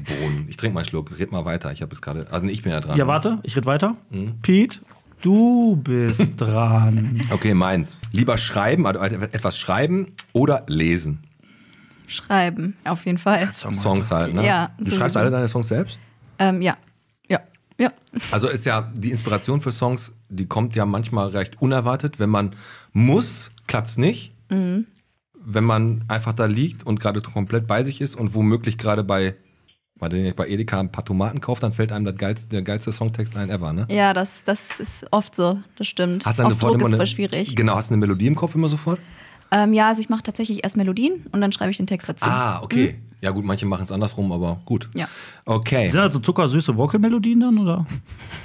S4: Bohnen. Ich trinke mal einen Schluck. Red mal weiter. Ich habe es gerade. Also nee, ich bin ja dran.
S3: warte, ich red weiter.
S4: Mhm.
S3: Pete, du bist dran.
S4: Okay, meins. Lieber schreiben, also etwas schreiben oder lesen.
S10: Schreiben, auf jeden Fall.
S4: Songs halt, ne?
S10: Ja,
S4: Du
S10: sowieso.
S4: schreibst alle deine Songs selbst?
S10: Ähm, ja. Ja. Ja.
S4: Also ist ja die Inspiration für Songs, die kommt ja manchmal recht unerwartet. Wenn man muss, klappt's nicht. Wenn man einfach da liegt und gerade komplett bei sich ist und womöglich gerade bei, bei, den- bei Edeka ein paar Tomaten kauft, dann fällt einem das geilste, der geilste Songtext ein ever, ne?
S10: Ja, das, das ist oft so, das stimmt.
S4: Hast du dann
S10: Auf
S4: sofort
S10: Druck
S4: immer
S10: ist
S4: eine,
S10: voll schwierig.
S4: Genau, hast du eine Melodie im Kopf immer sofort?
S10: Ähm, ja, also ich mache tatsächlich erst Melodien und dann schreibe ich den Text dazu.
S4: Ah, okay. Ja gut, manche machen es andersrum, aber gut.
S10: Ja.
S4: Okay.
S3: Sind das so zuckersüße Vocalmelodien dann, oder?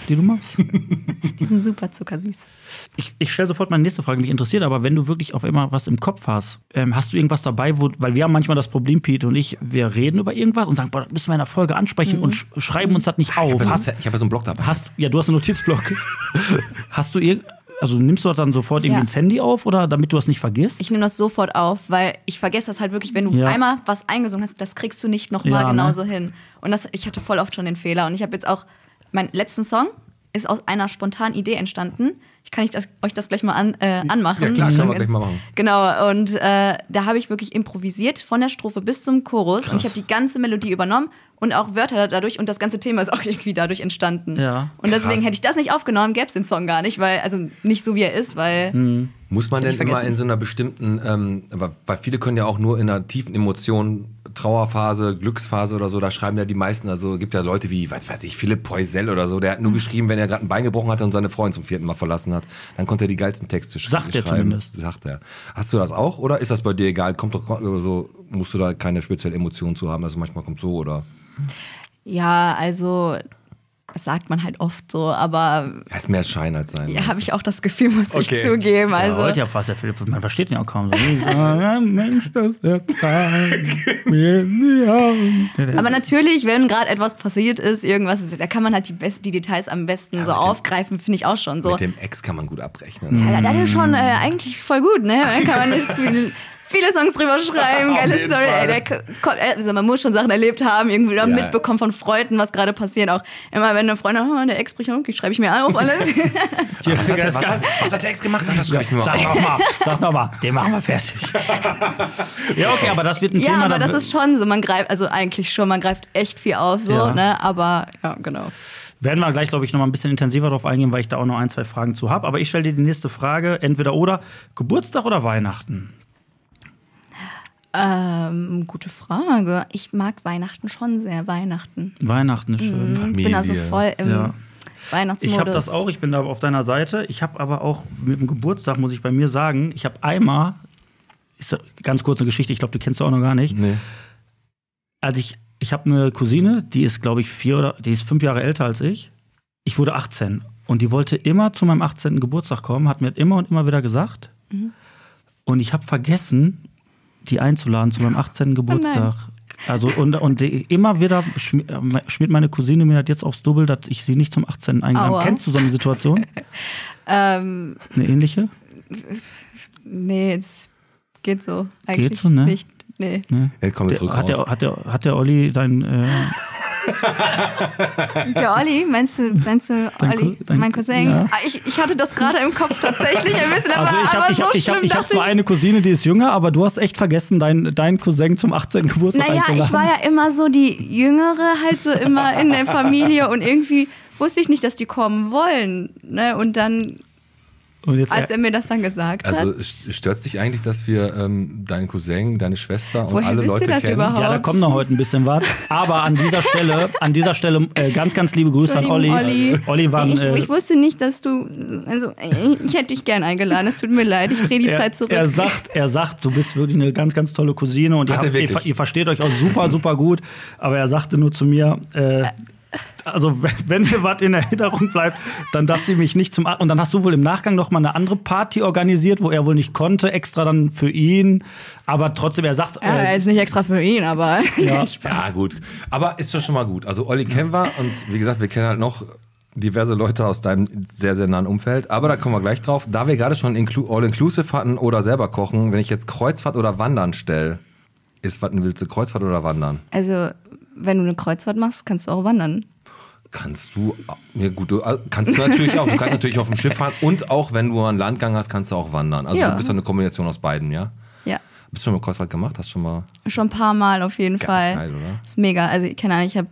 S3: Die du machst?
S10: Die sind super zuckersüß.
S3: Ich, ich stelle sofort meine nächste Frage, mich interessiert, aber wenn du wirklich auf einmal was im Kopf hast, ähm, hast du irgendwas dabei, wo, weil wir haben manchmal das Problem, Pete und ich, wir reden über irgendwas und sagen, boah, das müssen wir in der Folge ansprechen
S10: Mhm.
S3: und sch schreiben uns das nicht auf.
S4: Ich habe
S3: Hast-
S4: ja so einen Blog dabei.
S3: Hast, ja, du hast einen Notizblock. hast du irgend, also nimmst du das dann sofort irgendwie
S10: Ja.
S3: ins Handy auf oder damit du das nicht vergisst?
S10: Ich nehme das sofort auf, weil ich vergesse das halt wirklich, wenn du
S3: Ja.
S10: einmal was eingesungen hast, das kriegst du nicht nochmal
S3: Ja, ne?
S10: genauso hin. Und das, ich hatte voll oft schon den Fehler. Und ich habe jetzt auch, meinen letzten Song ist aus einer spontanen Idee entstanden. Ich kann ich das, euch das gleich mal an, äh, anmachen.
S4: Ja, klar,
S10: Das ist
S4: können wir
S10: schon
S4: gleich
S10: ganz-
S4: mal machen.
S10: Genau, und äh, da habe ich wirklich improvisiert von der Strophe bis zum Chorus. Und ich habe die ganze Melodie übernommen und auch Wörter dadurch und das ganze Thema ist auch irgendwie dadurch entstanden.
S3: Ja.
S10: Und deswegen hätte ich das nicht aufgenommen, gäbe es den Song gar nicht, weil, also nicht so wie er ist,
S4: Hm.
S10: weil.
S4: Muss man denn
S10: Das hätte ich
S4: immer
S10: vergessen.
S4: in so einer bestimmten, ähm, weil weil viele können ja auch nur in einer tiefen Emotion, Trauerphase, Glücksphase oder so, da schreiben ja die meisten, also gibt ja Leute wie, was weiß ich, Philipp Poisel oder so, der
S3: Mhm.
S4: hat nur geschrieben, wenn er gerade ein Bein gebrochen hatte und seine Freundin zum vierten Mal verlassen hat, dann konnte er die geilsten Texte sch
S3: Sagt er
S4: schreiben.
S3: zumindest.
S4: Sagt er. Hast du das auch oder ist das bei dir egal? Kommt doch so, musst du da keine spezielle Emotion zu haben, also manchmal kommt so oder.
S10: Ja, also das sagt man halt oft so, aber
S4: Ja, ist mehr Schein als sein.
S10: ja, habe ich auch das Gefühl, muss
S4: Okay.
S10: ich zugeben.
S3: Ja,
S10: Also
S3: heute ja fast, der Philipp, man versteht ihn auch kaum. So. Mensch, das ist fein. Mir die Augen.
S10: Aber natürlich, wenn gerade etwas passiert ist, irgendwas, da kann man halt die, best, die Details am besten so
S4: mit dem-
S10: aufgreifen, finde ich auch schon so.
S4: Mit dem Ex kann man gut abrechnen.
S3: Mhm.
S10: Ja, das ist schon äh, eigentlich voll gut, ne? Dann kann man viel, viele Songs drüber schreiben,
S4: Auf
S10: geile
S4: jeden
S10: Story.
S4: Fall.
S10: Ey, der k- kommt, äh, also man muss schon Sachen erlebt haben, irgendwie oder
S4: Ja.
S10: mitbekommen von Freunden, was gerade passiert. Auch immer, wenn eine Freundin, oh, der Ex bricht, okay, schreibe ich mir auf alles.
S4: Was hat, der, was, hat, was hat der Ex gemacht? Ach, das schreibe ich mir mal
S3: Sag
S4: auf.
S3: nochmal, sag nochmal, den machen wir fertig. ja, okay, aber das wird ein
S10: Ja,
S3: Thema.
S10: aber
S3: da-
S10: das ist schon so, man greift, also eigentlich schon, man greift echt viel auf, so,
S3: Ja.
S10: ne? Aber ja, genau.
S3: Werden wir gleich, glaube ich, noch mal ein bisschen intensiver drauf eingehen, weil ich da auch noch ein, zwei Fragen zu habe. Aber ich stelle dir die nächste Frage: entweder oder Geburtstag oder Weihnachten?
S10: Ähm, gute Frage. Ich mag Weihnachten schon sehr, Weihnachten.
S3: Weihnachten ist schön.
S10: Ich bin also
S4: Familie.
S10: voll im
S3: Ja.
S10: Weihnachtsmodus.
S3: Ich habe das auch, ich bin da auf deiner Seite. Ich habe aber auch mit dem Geburtstag, muss ich bei mir sagen, ich habe einmal, ist ganz kurz eine Geschichte, ich glaube, du kennst du auch noch gar nicht.
S4: Nee.
S3: Also ich, ich habe eine Cousine, die ist, glaube ich, vier oder, die ist fünf Jahre älter als ich. Ich wurde 18 und die wollte immer zu meinem 18. Geburtstag kommen, hat mir immer und immer wieder gesagt. Und ich habe vergessen, die einzuladen zu meinem 18. Geburtstag. also und, und die, immer wieder schm- äh, schmiert meine Cousine mir das jetzt aufs Double, dass ich sie nicht zum 18. eingeladen
S10: Aua.
S3: habe. Kennst du so eine Situation?
S10: Ähm,
S3: Eine ähnliche?
S10: nee, es geht so. Eigentlich
S3: so, ne?
S10: nicht. Nee.
S4: Jetzt kommt jetzt
S3: Der,
S4: zurück
S3: hat,
S4: raus.
S3: der, hat, der, hat der Olli dein äh,
S10: Der Olli, meinst du, meinst du
S3: Dein
S10: Olli,
S3: Cou- dein-
S10: mein Cousin?
S3: ja.
S10: Ah, Ich, ich hatte das gerade im Kopf tatsächlich ein bisschen, aber,
S3: Also ich habe
S10: aber
S3: ich
S10: so
S3: hab, ich hab,
S10: schlimm
S3: ich hab
S10: dachte
S3: zwar
S10: ich.
S3: eine Cousine, die ist jünger, aber du hast echt vergessen, deinen deinen Cousin zum 18. Geburtstag
S10: Naja,
S3: einzuladen.
S10: ich war ja immer so die Jüngere, halt so immer in der Familie und irgendwie wusste ich nicht, dass die kommen wollen. Ne? Und dann,
S3: Und jetzt,
S10: als er mir das dann gesagt
S4: Also
S10: hat,
S4: st- stört dich eigentlich, dass wir ähm, deinen Cousin, deine Schwester und
S10: Woher
S4: alle
S10: wisst ihr
S4: Leute
S10: das
S4: kennen?
S10: überhaupt?
S3: ja, da kommt noch heute ein bisschen was. Aber an dieser Stelle, an dieser Stelle äh, ganz, ganz liebe Grüße an Olli.
S10: Entschuldigung, Olli.
S3: Olli war ein,
S10: ich,
S3: äh,
S10: ich wusste nicht, dass du, also ich hätte dich gern eingeladen, es tut mir leid, ich drehe die
S3: er,
S10: Zeit zurück.
S3: er sagt, er sagt, du bist wirklich eine ganz, ganz tolle Cousine und ihr,
S4: Hat er
S3: habt, ihr,
S4: wirklich?
S3: ver- ihr versteht euch auch super, super gut. Aber er sagte nur zu mir, äh, also w- wenn mir was in Erinnerung bleibt, dann dass sie mich nicht zum A- und dann hast du wohl im Nachgang noch mal eine andere Party organisiert, wo er wohl nicht konnte, extra dann für ihn. Aber trotzdem, er sagt,
S10: ja,
S3: äh,
S10: ist nicht extra für ihn, aber
S3: ja,
S4: Ja, gut. Aber ist doch schon mal gut. Also Olli kennen wir und wie gesagt, wir kennen halt noch diverse Leute aus deinem sehr, sehr nahen Umfeld. Aber da kommen wir gleich drauf. Da wir gerade schon Inclu- All-Inclusive hatten oder selber kochen, wenn ich jetzt Kreuzfahrt oder Wandern stelle, ist was denn willst du, Kreuzfahrt oder Wandern?
S10: Also, wenn du eine Kreuzfahrt machst, kannst du auch wandern.
S4: Kannst du, ja gut, du also kannst du natürlich auch. Du kannst natürlich auf dem Schiff fahren und auch, wenn du einen Landgang hast, kannst du auch wandern. Also
S10: Ja.
S4: du bist ja eine Kombination aus beiden, ja?
S10: Ja.
S4: Bist du schon mal Kreuzfahrt gemacht? Hast du schon mal...
S10: Schon ein paar Mal auf jeden Fall.
S4: ist geil, oder?
S10: Ist mega. Also, ich keine Ahnung, ich habe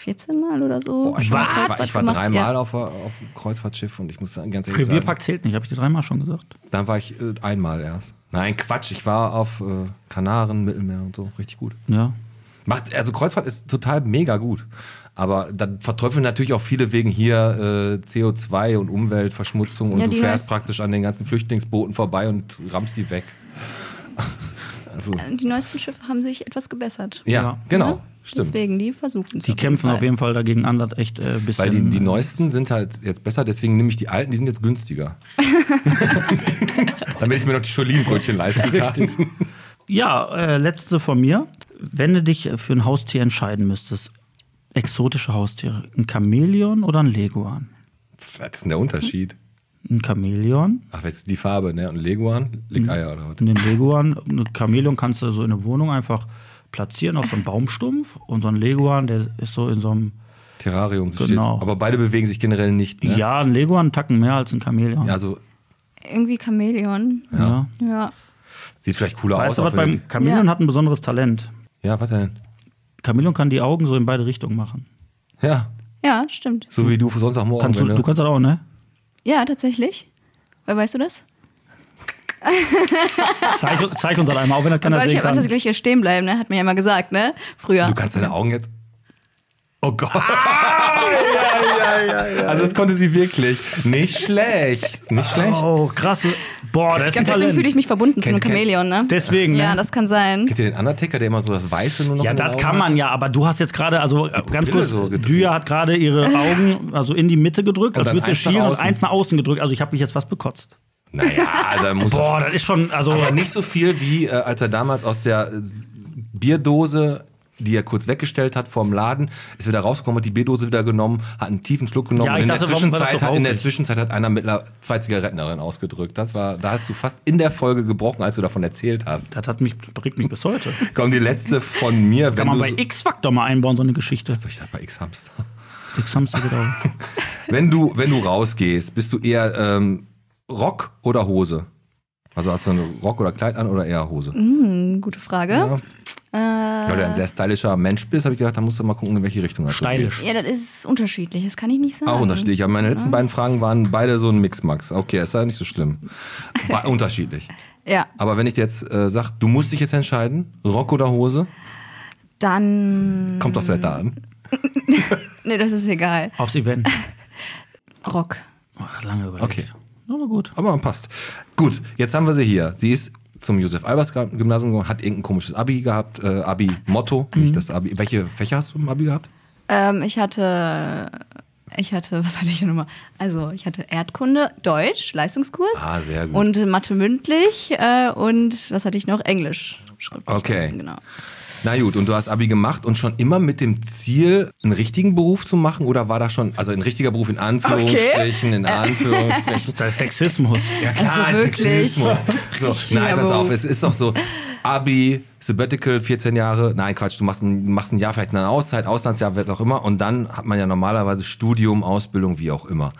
S10: 14 Mal oder so.
S4: Boah, ich, war, ich war,
S10: Kreuzfahrt
S4: ich war
S10: Ah, gemacht,
S4: dreimal
S10: ja.
S4: auf, auf dem Kreuzfahrtschiff und ich muss sagen, ganz ehrlich sagen...
S3: Revierpark zählt nicht, habe ich dir dreimal schon gesagt.
S4: Dann war ich äh, einmal erst. Nein, Quatsch, ich war auf äh, Kanaren, Mittelmeer und so. Richtig gut.
S3: Ja.
S4: Macht, also Kreuzfahrt ist total mega gut. Aber dann verteufeln natürlich auch viele wegen hier äh, CO2 und Umweltverschmutzung und
S10: Ja,
S4: du
S10: die
S4: fährst
S10: neues-
S4: praktisch an den ganzen Flüchtlingsbooten vorbei und rammst die weg. also, ja,
S10: Die neuesten Schiffe haben sich etwas gebessert.
S3: Ja.
S4: genau.
S10: Ne?
S4: Stimmt.
S10: Deswegen, die versuchen es.
S3: Die kämpfen auf jeden Fall dagegen an, das echt äh, ein bisschen.
S4: Weil die, die neuesten sind halt jetzt besser, deswegen nehme ich die alten, die sind jetzt günstiger. Damit ich mir noch die Scholinbrötchen leisten kann.
S3: Ja, äh, letzte von mir. Wenn du dich für ein Haustier entscheiden müsstest, exotische Haustiere, ein Chamäleon oder ein Leguan?
S4: Was ist denn der Unterschied?
S3: Ein Chamäleon?
S4: Ach, jetzt die Farbe, ne? Und Leguan
S3: Mhm.
S4: legt Eier oder was?
S3: Und den Leguan, ein Chamäleon kannst du so in der Wohnung einfach platzieren auf so einem Baumstumpf und so ein Leguan, der ist so in so einem.
S4: Terrarium genau. steht.
S3: Genau.
S4: Aber beide bewegen sich generell nicht, ne?
S3: Ja, ein Leguan einen Tacken mehr als ein Chamäleon. Ja,
S4: Also
S10: Irgendwie Chamäleon. Ja.
S4: sieht vielleicht cooler
S3: Weißt du,
S4: aus.
S3: was
S4: auch wenn
S3: beim Chamäleon
S10: Ja.
S3: hat ein besonderes Talent.
S4: die- ja, was denn?
S3: Chamäleon kann die Augen so in beide Richtungen machen.
S4: Ja,
S10: Ja, stimmt.
S4: so wie du Sonntagmorgen.
S3: Kannst du,
S4: wenn
S3: du kannst das auch, ne?
S10: Ja, tatsächlich. Wer weißt du das?
S3: Zeig, zeig uns das einmal, auch wenn das
S10: Oh
S3: keiner
S10: Gott, ich
S3: sehen
S10: hab mal
S3: kann.
S10: tatsächlich hier stehen bleiben, ne? Hat mir ja immer gesagt, ne? Früher.
S4: du kannst deine Augen jetzt. Oh Gott.
S3: Ah!
S4: ja, ja, ja, ja. Also das konnte sie wirklich. Nicht schlecht. Nicht schlecht.
S3: Oh, krass. Boah, das
S10: ich
S3: ist ein
S10: glaub, deswegen fühle ich
S3: Talent.
S10: mich verbunden zu einem
S4: Kennt- kennt-
S10: Chamäleon, ne?
S3: Deswegen, ne?
S10: Ja, das kann sein.
S4: Kennt ihr den Undertaker, der immer so das genau, Weiße nur noch
S3: Ja,
S4: in den
S3: das
S4: Augen
S3: kann
S4: hat?
S3: man ja, aber du hast jetzt gerade, also äh, ganz
S4: Pupille
S3: kurz,
S4: so gedreht.
S3: Düja hat gerade ihre Augen also in die Mitte gedrückt,
S4: Und
S3: als
S4: dann
S3: würde sie
S4: eins nach
S3: schielen und
S4: außen.
S3: eins nach außen gedrückt. Also ich habe mich jetzt fast bekotzt.
S4: Naja, da muss
S3: Boah, das ist schon, also
S4: Aber nicht so viel wie äh, als er damals aus der äh, Bierdose, die er kurz weggestellt hat vorm Laden, ist wieder rausgekommen, hat die Bierdose wieder genommen, hat einen tiefen Schluck genommen.
S3: Ja,
S4: und
S3: ich
S4: in,
S3: dachte,
S4: der
S3: warum war das
S4: Zwischenzeit
S3: so
S4: hat, in der
S3: rauchig?
S4: Zwischenzeit hat einer mit einer zwei Zigaretten darin ausgedrückt. Das war, da hast du fast in der Folge gebrochen, als du davon erzählt hast.
S3: das hat mich, bringt mich bis heute.
S4: Komm, die letzte von mir.
S3: Kann
S4: Wenn
S3: man
S4: du
S3: bei
S4: so,
S3: X-Factor mal einbauen, so eine Geschichte.
S4: ich sag bei X-Hamster.
S3: X haben sie genau.
S4: Wenn du, wenn du rausgehst, bist du eher ähm, Rock oder Hose? Also hast du einen Rock oder Kleid an oder eher Hose?
S10: Gute Frage.
S4: Weil du ein sehr stylischer Mensch bist, habe ich gedacht, da musst du mal gucken, in welche Richtung das so geht.
S3: Stylisch.
S10: Ja, das ist unterschiedlich, das kann ich nicht sagen.
S4: Auch unterschiedlich. Aber meine letzten beiden Fragen waren beide so ein Mixmax. Okay, ist ja nicht so schlimm. War unterschiedlich.
S10: Ja,
S4: Aber wenn ich dir jetzt äh, sage, du musst dich jetzt entscheiden, Rock oder Hose,
S10: dann.
S4: kommt das Wetter an.
S10: Nee, das ist egal.
S3: Aufs Event.
S10: Rock.
S3: Oh, hat lange überlegt.
S4: Okay.
S3: Aber gut.
S4: Aber passt. Gut, jetzt haben wir sie hier. Sie ist zum Josef Albers Gymnasium gegangen, hat irgendein komisches Abi gehabt, äh, Abi Motto, nicht das Abi. Welche Fächer hast du im Abi gehabt?
S10: Ähm, ich hatte. Ich hatte, was hatte ich denn nochmal? Also, ich hatte Erdkunde, Deutsch, Leistungskurs.
S4: Ah, sehr gut.
S10: Und Mathe mündlich äh, und was hatte ich noch? Englisch. Schriftlich,
S4: Okay.
S10: Genau.
S4: Na gut, und du hast Abi gemacht und schon immer mit dem Ziel, einen richtigen Beruf zu machen? Oder war da schon, also ein richtiger Beruf in Anführungsstrichen, in Anführungsstrichen?
S3: Das ist Sexismus.
S4: Ja klar,
S10: Also wirklich.
S4: Sexismus. So, nein, pass
S10: Beruf.
S4: auf, es ist doch so, Abi, Sabbatical, 14 Jahre, nein Quatsch, du machst ein, machst ein Jahr vielleicht eine Auszeit, Auslandsjahr, wird auch immer und dann hat man ja normalerweise Studium, Ausbildung, wie auch immer.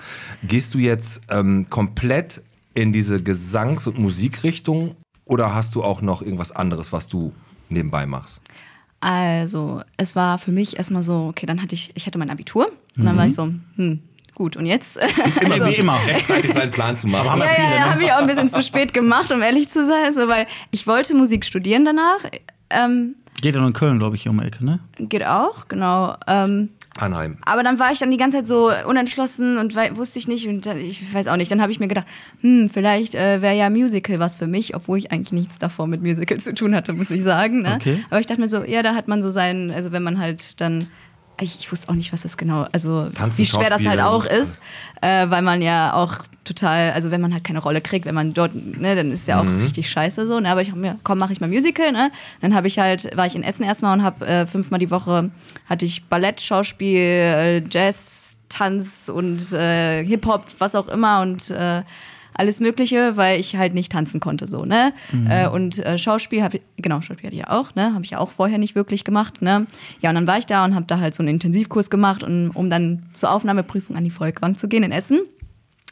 S4: Gehst du jetzt ähm, komplett in diese Gesangs- und Musikrichtung oder hast du auch noch irgendwas anderes, was du nebenbei machst?
S10: Also, es war für mich erstmal so, okay, dann hatte ich, ich hatte mein Abitur und dann war ich
S4: Mhm.
S10: so, hm, gut, und jetzt?
S3: Immer wie immer.
S4: Rechtzeitig seinen Plan zu machen.
S3: haben wir
S10: ja,
S3: viele,
S10: ja, ja,
S3: ne?
S10: habe ich auch ein bisschen zu spät gemacht, um ehrlich zu sein, so, weil ich wollte Musik studieren danach. Ähm,
S3: Geht ja noch in Köln, glaube ich, hier um die Ecke, ne?
S10: geht auch, genau. Ähm,
S4: Anheim.
S10: aber dann war ich dann die ganze Zeit so unentschlossen und wei- wusste ich nicht und dann, ich weiß auch nicht. Dann habe ich mir gedacht, hm, vielleicht äh, wäre ja Musical was für mich, obwohl ich eigentlich nichts davor mit Musical zu tun hatte, muss ich sagen. Ne?
S3: Okay.
S10: Aber ich dachte mir so, ja, da hat man so seinen, also wenn man halt dann, ich, ich wusste auch nicht, was das genau, also
S4: Tanzen,
S10: wie schwer das
S4: Schauspiel,
S10: halt auch
S4: ja.
S10: ist, äh, weil man ja auch total, also wenn man halt keine Rolle kriegt, wenn man dort, ne, dann ist ja auch richtig scheiße so. Ne? Aber ich hab mir, komm, mache ich mal Musical, ne? Dann habe ich halt, war ich in Essen erstmal und habe äh, fünfmal die Woche hatte ich Ballett, Schauspiel, äh, Jazz, Tanz und äh, Hip Hop, was auch immer und äh, alles Mögliche, weil ich halt nicht tanzen konnte so, ne? Äh, und äh, Schauspiel habe ich, genau, Schauspiel hatte ich ja auch, ne? Habe ich ja auch vorher nicht wirklich gemacht, ne? Ja, und dann war ich da und habe da halt so einen Intensivkurs gemacht, und, um dann zur Aufnahmeprüfung an die Volkwang zu gehen in Essen.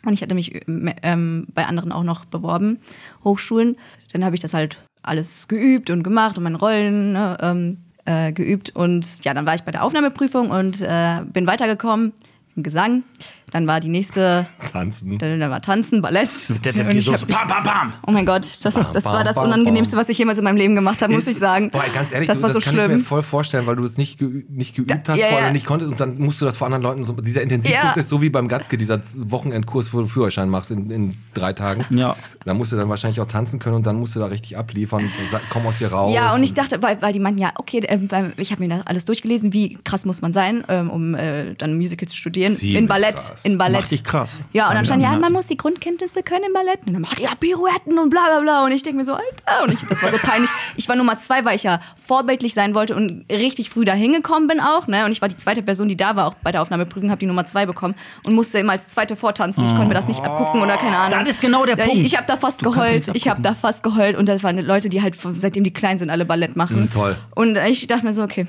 S10: Und ich hatte mich ähm, bei anderen auch noch beworben, Hochschulen. Dann habe ich das halt alles geübt und gemacht und meine Rollen ne, ähm, äh, geübt. Und ja, dann war ich bei der Aufnahmeprüfung und äh, bin weitergekommen im Gesang. Dann war die nächste,
S4: Tanzen.
S10: dann, dann war Tanzen, Ballett.
S3: Detlef
S10: Und
S3: die
S10: ich
S3: Soße.
S10: hab,
S3: Bam, bam, bam.
S10: oh mein Gott, das, das
S4: bam,
S10: war das
S4: bam,
S10: Unangenehmste, was ich jemals in meinem Leben gemacht habe, muss
S4: Ist-
S10: ich sagen.
S4: Boah, ganz ehrlich,
S10: das
S4: du,
S10: war so
S4: das kann ich mir
S10: schlimm.
S4: voll vorstellen, weil du es nicht, geü nicht geübt
S10: Da-
S4: hast
S10: ja,
S4: vorher,
S10: ja.
S4: nicht konntest und dann musst du das vor anderen Leuten so. Dieser Intensivkurs
S10: Ja.
S4: ist so wie beim Gatzke, dieser Z- Wochenendkurs, wo du Führerschein machst in, in drei Tagen.
S3: Ja.
S4: Da musst du dann wahrscheinlich auch tanzen können und dann musst du da richtig abliefern und sa- komm aus dir raus.
S10: Ja, und ich dachte, weil, weil die meinten, ja, okay, ähm, beim- ich habe mir das alles durchgelesen, wie krass muss man sein, ähm, um äh, dann Musical zu studieren.
S4: Ziemlich
S10: in Ballett.
S4: krass.
S10: In Ballett.
S3: Macht dich krass.
S10: Ja, und dann stand, ja,
S3: Ja.
S10: man muss die Grundkenntnisse können im Ballett. Und dann macht ihr ja Pirouetten und bla bla bla. Und ich denke mir so, Alter. Und ich, das war so peinlich. Ich war Nummer zwei, weil ich ja vorbildlich sein wollte und richtig früh da hingekommen bin auch. Ne? Und ich war die zweite Person, die da war, auch bei der Aufnahmeprüfung, habe die Nummer zwei bekommen und musste immer als zweite vortanzen. Ich konnte mir das nicht abgucken oder keine Ahnung.
S3: Das ist genau der
S10: ja,
S3: Punkt.
S10: Ich, ich habe da fast
S3: Du kannst
S10: geheult.
S3: nichts
S10: Ich habe da äh, fast geheult. Und das waren Leute, die halt, von- seitdem die klein sind, alle Ballett machen.
S4: Mhm, toll.
S10: Und ich dachte mir so, okay,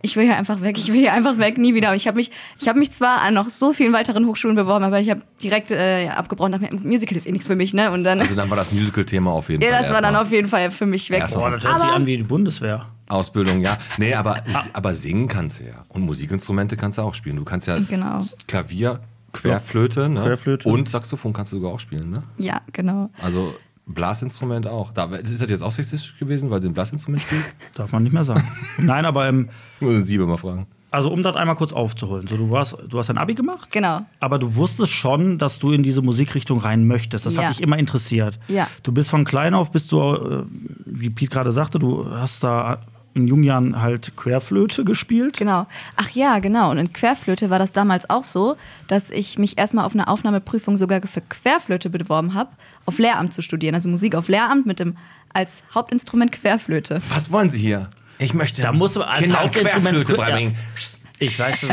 S10: ich will hier einfach weg, ich will hier einfach weg, nie wieder. Und ich habe mich, ich habe mich zwar an noch so vielen weiteren Hochschulen beworben, aber ich habe direkt äh, ja, abgebrochen, dachte mir, Musical ist eh nichts für mich, ne? Und dann,
S4: also dann war das Musical-Thema auf jeden
S10: ja,
S4: Fall.
S10: das war dann
S4: erstmal.
S10: auf jeden Fall für mich weg.
S4: Erstmal.
S3: Boah, das hört sich
S10: Aber-
S3: an wie die Bundeswehr.
S4: Ausbildung, ja. Nee, aber,
S3: Ah.
S4: aber singen kannst du ja. Und Musikinstrumente kannst du auch spielen. Du kannst ja
S10: Genau.
S4: Klavier, Querflöte, ne?
S3: Querflöte.
S4: und Saxophon kannst du sogar auch spielen, ne?
S10: Ja, genau.
S4: Also Blasinstrument auch. Da, ist das jetzt auch sexistisch gewesen, weil sie ein Blasinstrument spielt?
S3: Darf man nicht mehr sagen. Nein, aber ähm,
S4: Muss ich Siebe mal fragen.
S3: also um das einmal kurz aufzuholen. So, du, warst, du hast ein Abi gemacht,
S10: Genau.
S3: aber du wusstest schon, dass du in diese Musikrichtung rein möchtest. Das
S10: Ja.
S3: hat dich immer interessiert.
S10: Ja.
S3: Du bist von klein auf, bist du, äh, wie Piet gerade sagte, du hast da in jungen Jahren halt Querflöte gespielt.
S10: Genau. Ach ja, genau. Und in Querflöte war das damals auch so, dass ich mich erstmal auf eine Aufnahmeprüfung sogar für Querflöte beworben habe, auf Lehramt zu studieren. Also Musik auf Lehramt mit dem als Hauptinstrument Querflöte.
S4: Was wollen Sie hier? Ich möchte
S3: Da muss man als
S4: Kindern
S3: Hauptinstrument-
S4: Querflöte beibringen.
S3: Ich weiß es.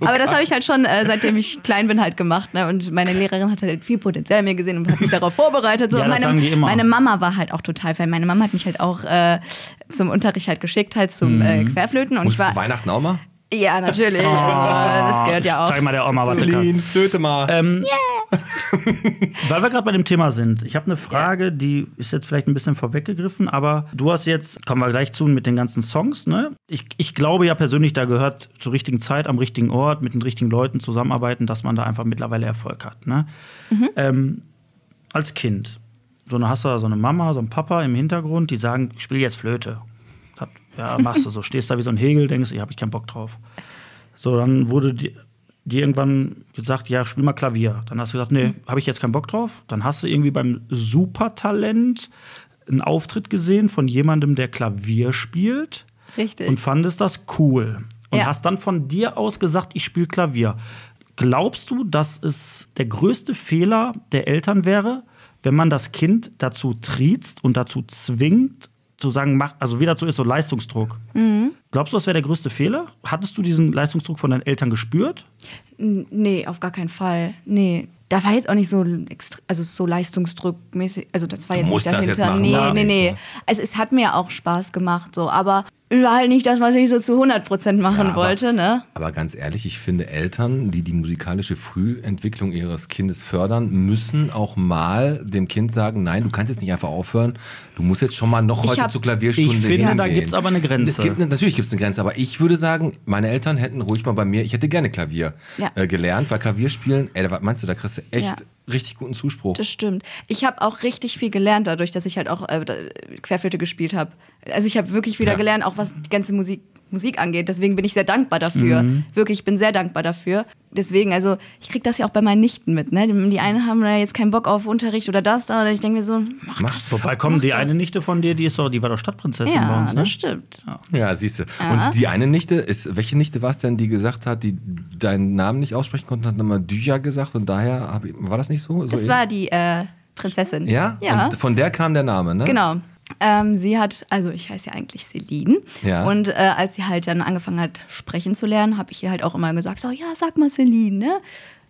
S10: Aber das habe ich halt schon, äh, seitdem ich klein bin, halt gemacht. Ne? Und meine Lehrerin hat halt viel Potenzial in mir gesehen und hat mich darauf vorbereitet. So.
S3: Ja,
S10: Und
S3: das
S10: meine,
S3: sagen die immer.
S10: meine Mama war halt auch total Fan. Meine Mama hat mich halt auch äh, zum Unterricht halt geschickt, halt zum äh, Querflöten. Und ich
S4: Musst du
S10: war.
S4: zu Weihnachten auch mal?
S10: Ja, natürlich. das gehört ja auch.
S3: Zeig mal der Oma, was du kannst.
S4: Flöte mal.
S3: Weil wir gerade bei dem Thema sind, ich habe eine Frage, die ist jetzt vielleicht ein bisschen vorweggegriffen, aber du hast jetzt, kommen wir gleich zu mit den ganzen Songs, ne? Ich, ich glaube ja persönlich, da gehört zur richtigen Zeit, am richtigen Ort, mit den richtigen Leuten zusammenarbeiten, dass man da einfach mittlerweile Erfolg hat, ne? Ähm, als Kind, so eine, hast du da so eine Mama, so einen Papa im Hintergrund, die sagen, ich spiele jetzt Flöte. Hat- Ja, machst du so, stehst da wie so ein Hegel, denkst, ich habe ich keinen Bock drauf. So, dann wurde dir dir irgendwann gesagt, ja, spiel mal Klavier. Dann hast du gesagt, nee, habe ich jetzt keinen Bock drauf. Dann hast du irgendwie beim Supertalent einen Auftritt gesehen von jemandem, der Klavier spielt
S10: Richtig.
S3: und fandest das cool. Und
S10: Ja.
S3: hast dann von dir aus gesagt, ich spiele Klavier. Glaubst du, dass es der größte Fehler der Eltern wäre, wenn man das Kind dazu triezt und dazu zwingt, zu sagen, mach, also wieder zu ist so Leistungsdruck.
S10: Mhm.
S3: Glaubst du, das wäre der größte Fehler? Hattest du diesen Leistungsdruck von deinen Eltern gespürt?
S10: N- Nee, auf gar keinen Fall. Nee. Da war jetzt auch nicht so extre- also so leistungsdruckmäßig, also das war jetzt
S4: musst
S10: nicht
S4: das
S10: dahinter.
S4: jetzt machen,
S10: nee,
S4: gar
S10: nee,
S4: nicht,
S10: nee.
S4: ne?
S10: Es, es hat mir auch Spaß gemacht, so, aber war halt nicht das, was ich so zu 100% machen
S4: aber-
S10: wollte, ne?
S4: Aber ganz ehrlich, ich finde, Eltern, die die musikalische Frühentwicklung ihres Kindes fördern, müssen auch mal dem Kind sagen, nein, du kannst jetzt nicht einfach aufhören, du musst jetzt schon mal noch
S10: Ich
S4: heute
S10: hab-
S4: zur Klavierstunde
S3: Ich finde, da
S4: hingehen.
S3: gibt's aber eine Grenze.
S4: Es gibt, eine- natürlich gibt es eine Grenze, aber ich würde sagen, meine Eltern hätten ruhig mal bei mir, ich hätte gerne Klavier
S10: Ja.
S4: äh, gelernt, weil Klavierspielen, ey, da- was meinst du, da kriegst du echt
S10: Ja.
S4: richtig guten Zuspruch.
S10: Das stimmt. Ich habe auch richtig viel gelernt dadurch, dass ich halt auch äh, da- Querflöte gespielt habe. Also ich habe wirklich wieder
S4: Ja.
S10: gelernt, auch was die ganze Musik, Musik angeht. Deswegen bin ich sehr dankbar dafür. Wirklich, ich bin sehr dankbar dafür. Deswegen, also ich krieg das ja auch bei meinen Nichten mit. Ne? Die die einen haben da jetzt keinen Bock auf Unterricht oder das da. Oder ich denke mir so, mach
S4: Mach's
S3: Wobei kommen die eine Nichte von dir, die ist doch, die war doch Stadtprinzessin bei
S10: ja,
S3: uns, ne?
S10: das stimmt.
S4: Ja, siehst du. Und die eine Nichte ist, welche Nichte war es denn, die gesagt hat, die deinen Namen nicht aussprechen konnte, hat immer Düja gesagt und daher hab ich, war das nicht so? so
S10: Das war die äh, Prinzessin.
S4: eh. ja?
S10: ja.
S4: Und von der kam der Name, ne?
S10: Genau. Ähm, sie hat, also ich heiße ja eigentlich Celine.
S4: Ja.
S10: Und äh, als sie halt dann angefangen hat, sprechen zu lernen, habe ich ihr halt auch immer gesagt, so, ja, sag mal Celine, ne?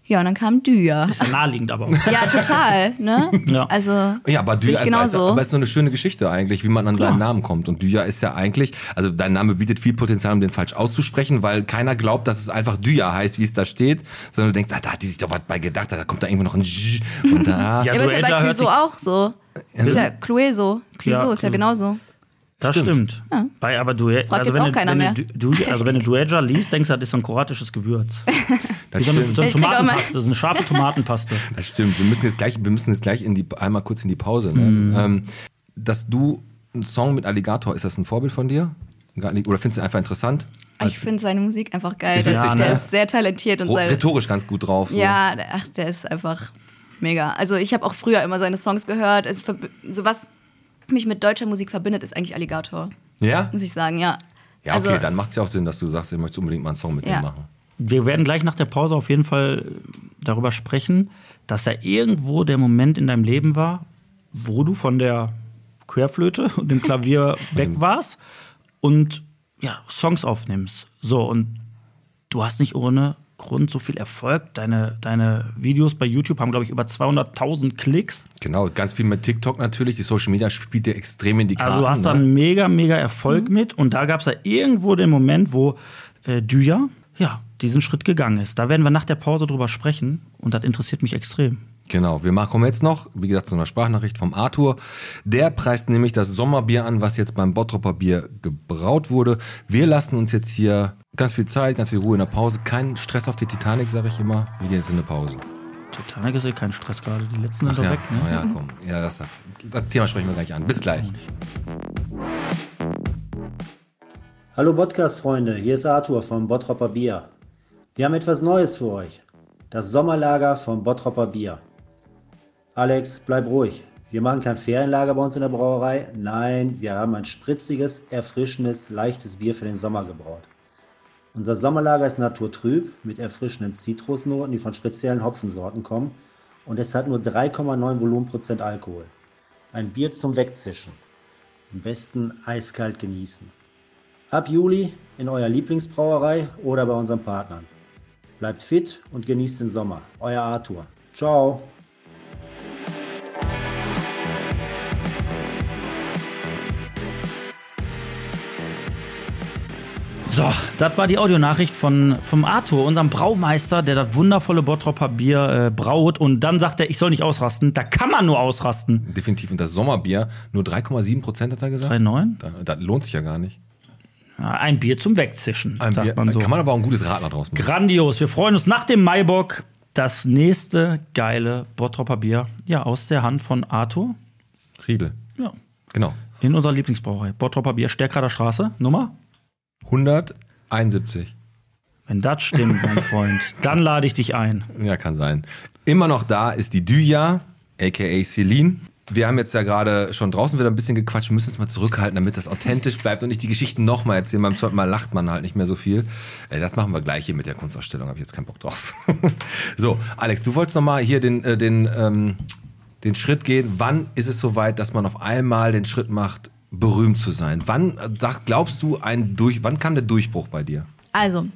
S10: Ja, und dann kam Dür.
S3: Ist ja naheliegend aber auch.
S10: Ja, total, ne?
S3: Ja.
S10: Also,
S4: Ja, aber
S10: sehe
S4: Düja
S10: ich
S4: ist,
S10: genauso. Genau.
S4: aber ist so eine schöne Geschichte eigentlich, wie man an seinen Namen kommt. Und Düja ist ja eigentlich, also dein Name bietet viel Potenzial, um den falsch auszusprechen, weil keiner glaubt, dass es einfach Düja heißt, wie es da steht, sondern du denkst, na, da hat die sich doch was bei gedacht, da kommt da irgendwo noch ein Zzz und da.
S10: ja, aber ist ja bei
S3: Duella hört
S10: Clueso
S3: sich-
S10: auch so. Ist ja Clueso. so. Clueso
S3: Ja,
S10: ist ja
S3: Clueso.
S10: genauso.
S3: Das stimmt. Bei, aber du, also,
S10: jetzt
S3: wenn
S10: auch
S3: du,
S10: keiner
S3: wenn
S10: mehr.
S3: Du, du, also wenn du Dueja liest, denkst du, das ist so ein kroatisches Gewürz.
S4: Das
S3: Wie so eine,
S4: stimmt.
S3: so eine
S10: Ich krieg auch mal-
S3: Tomatenpaste, so eine scharfe Tomatenpaste.
S4: Das stimmt. Wir müssen jetzt gleich, wir müssen jetzt gleich in die, einmal kurz in die Pause. Ne?
S10: Mhm.
S4: Ähm, dass du einen Song mit Alligator, ist das ein Vorbild von dir? Gar nicht- Oder findest du ihn einfach interessant?
S10: Ah,
S4: Also
S10: Ich finde seine Musik einfach geil.
S4: Ist witzig,
S10: der
S4: ne?
S10: ist sehr talentiert und
S4: Ro-
S10: sein,
S4: Rhetorisch ganz gut drauf. So.
S10: Ja, der- ach, der ist einfach mega. Also ich habe auch früher immer seine Songs gehört. Es, verb- so was mich mit deutscher Musik verbindet, ist eigentlich Alligator.
S4: Ja?
S10: Muss ich sagen, ja.
S4: Ja, okay,
S10: also,
S4: dann macht es ja auch Sinn, dass du sagst, ich möchte unbedingt mal einen Song mit
S10: Ja.
S4: dem machen.
S3: Wir werden gleich nach der Pause auf jeden Fall darüber sprechen, dass ja irgendwo der Moment in deinem Leben war, wo du von der Querflöte und dem Klavier weg warst und ja, Songs aufnimmst. So, und du hast nicht ohne Grund so viel Erfolg. Deine, deine Videos bei YouTube haben, glaube ich, über 200.000 Klicks.
S4: Genau, ganz viel mit TikTok natürlich. Die Social Media spielt dir extrem in die Karten.
S3: Also du hast da
S4: ne? Mhm.
S3: einen mega, mega Erfolg mit. Und da gab es ja irgendwo den Moment, wo äh, Düja ja, diesen Schritt gegangen ist. Da werden wir nach der Pause drüber sprechen. Und das interessiert mich extrem.
S4: Genau, wir machen kommen jetzt noch, wie gesagt, zu einer Sprachnachricht vom Arthur. Der preist nämlich das Sommerbier an, was jetzt beim Bottropper Bier gebraut wurde. Wir lassen uns jetzt hier ganz viel Zeit, ganz viel Ruhe in der Pause. Keinen Stress auf die Titanic, sage ich immer. Wir gehen jetzt in eine Pause.
S3: Titanic ist ja kein Stress gerade. Die letzten sind
S4: Ach
S3: doch
S4: ja,
S3: weg. Ne?
S4: oh ja, komm. Ja, das, sagt- das Thema sprechen wir gleich an. Bis gleich.
S11: Hallo Podcast-Freunde, hier ist Arthur vom Bottropper Bier. Wir haben etwas Neues für euch. Das Sommerlager vom Bottropper Bier. Alex, bleib ruhig. Wir machen kein Ferienlager bei uns in der Brauerei. Nein, wir haben ein spritziges, erfrischendes, leichtes Bier für den Sommer gebraut. Unser Sommerlager ist naturtrüb mit erfrischenden Zitrusnoten, die von speziellen Hopfensorten kommen. Und es hat nur 3,9 Volumenprozent Alkohol. Ein Bier zum Wegzischen. Am besten eiskalt genießen. Ab Juli in eurer Lieblingsbrauerei oder bei unseren Partnern. Bleibt fit und genießt den Sommer. Euer Arthur. Ciao.
S3: So, das war die Audionachricht von vom Arthur, unserem Braumeister, der das wundervolle Bottropper Bier äh, braut. Und dann sagt er, ich soll nicht ausrasten. Da kann man nur ausrasten.
S4: Definitiv. Und das Sommerbier, nur 3,7 Prozent hat er gesagt.
S3: 3,9?
S4: Da- Das lohnt sich ja gar nicht.
S3: Ja, Ein Bier zum Wegzischen, sagt
S4: Bier-
S3: man so.
S4: Kann man aber auch ein gutes Radler draus machen.
S3: Grandios. Wir freuen uns nach dem Maibock. Das nächste geile Bottropper Bier. Ja, aus der Hand von Arthur.
S4: Riedel.
S3: Ja.
S4: Genau.
S3: In unserer Lieblingsbrauerei. Bottropper Bier, Stärkrader Straße. Nummer?
S4: 171.
S3: Wenn das stimmt, mein Freund, dann lade ich dich ein.
S4: Ja, kann sein. Immer noch da ist die Düja, aka Celine. Wir haben jetzt ja gerade schon draußen wieder ein bisschen gequatscht, Wir müssen es mal zurückhalten, damit das authentisch bleibt und nicht die Geschichten nochmal erzählen. Beim zweiten Mal lacht man halt nicht mehr so viel. Äh, Das machen wir gleich hier mit der Kunstausstellung, habe ich jetzt keinen Bock drauf. so, Alex, du wolltest nochmal hier den, äh, den, ähm, den Schritt gehen. Wann ist es soweit, dass man auf einmal den Schritt macht, berühmt zu sein? Wann äh, sag- glaubst du, ein Durch, wann kam der Durchbruch bei dir?
S10: Also,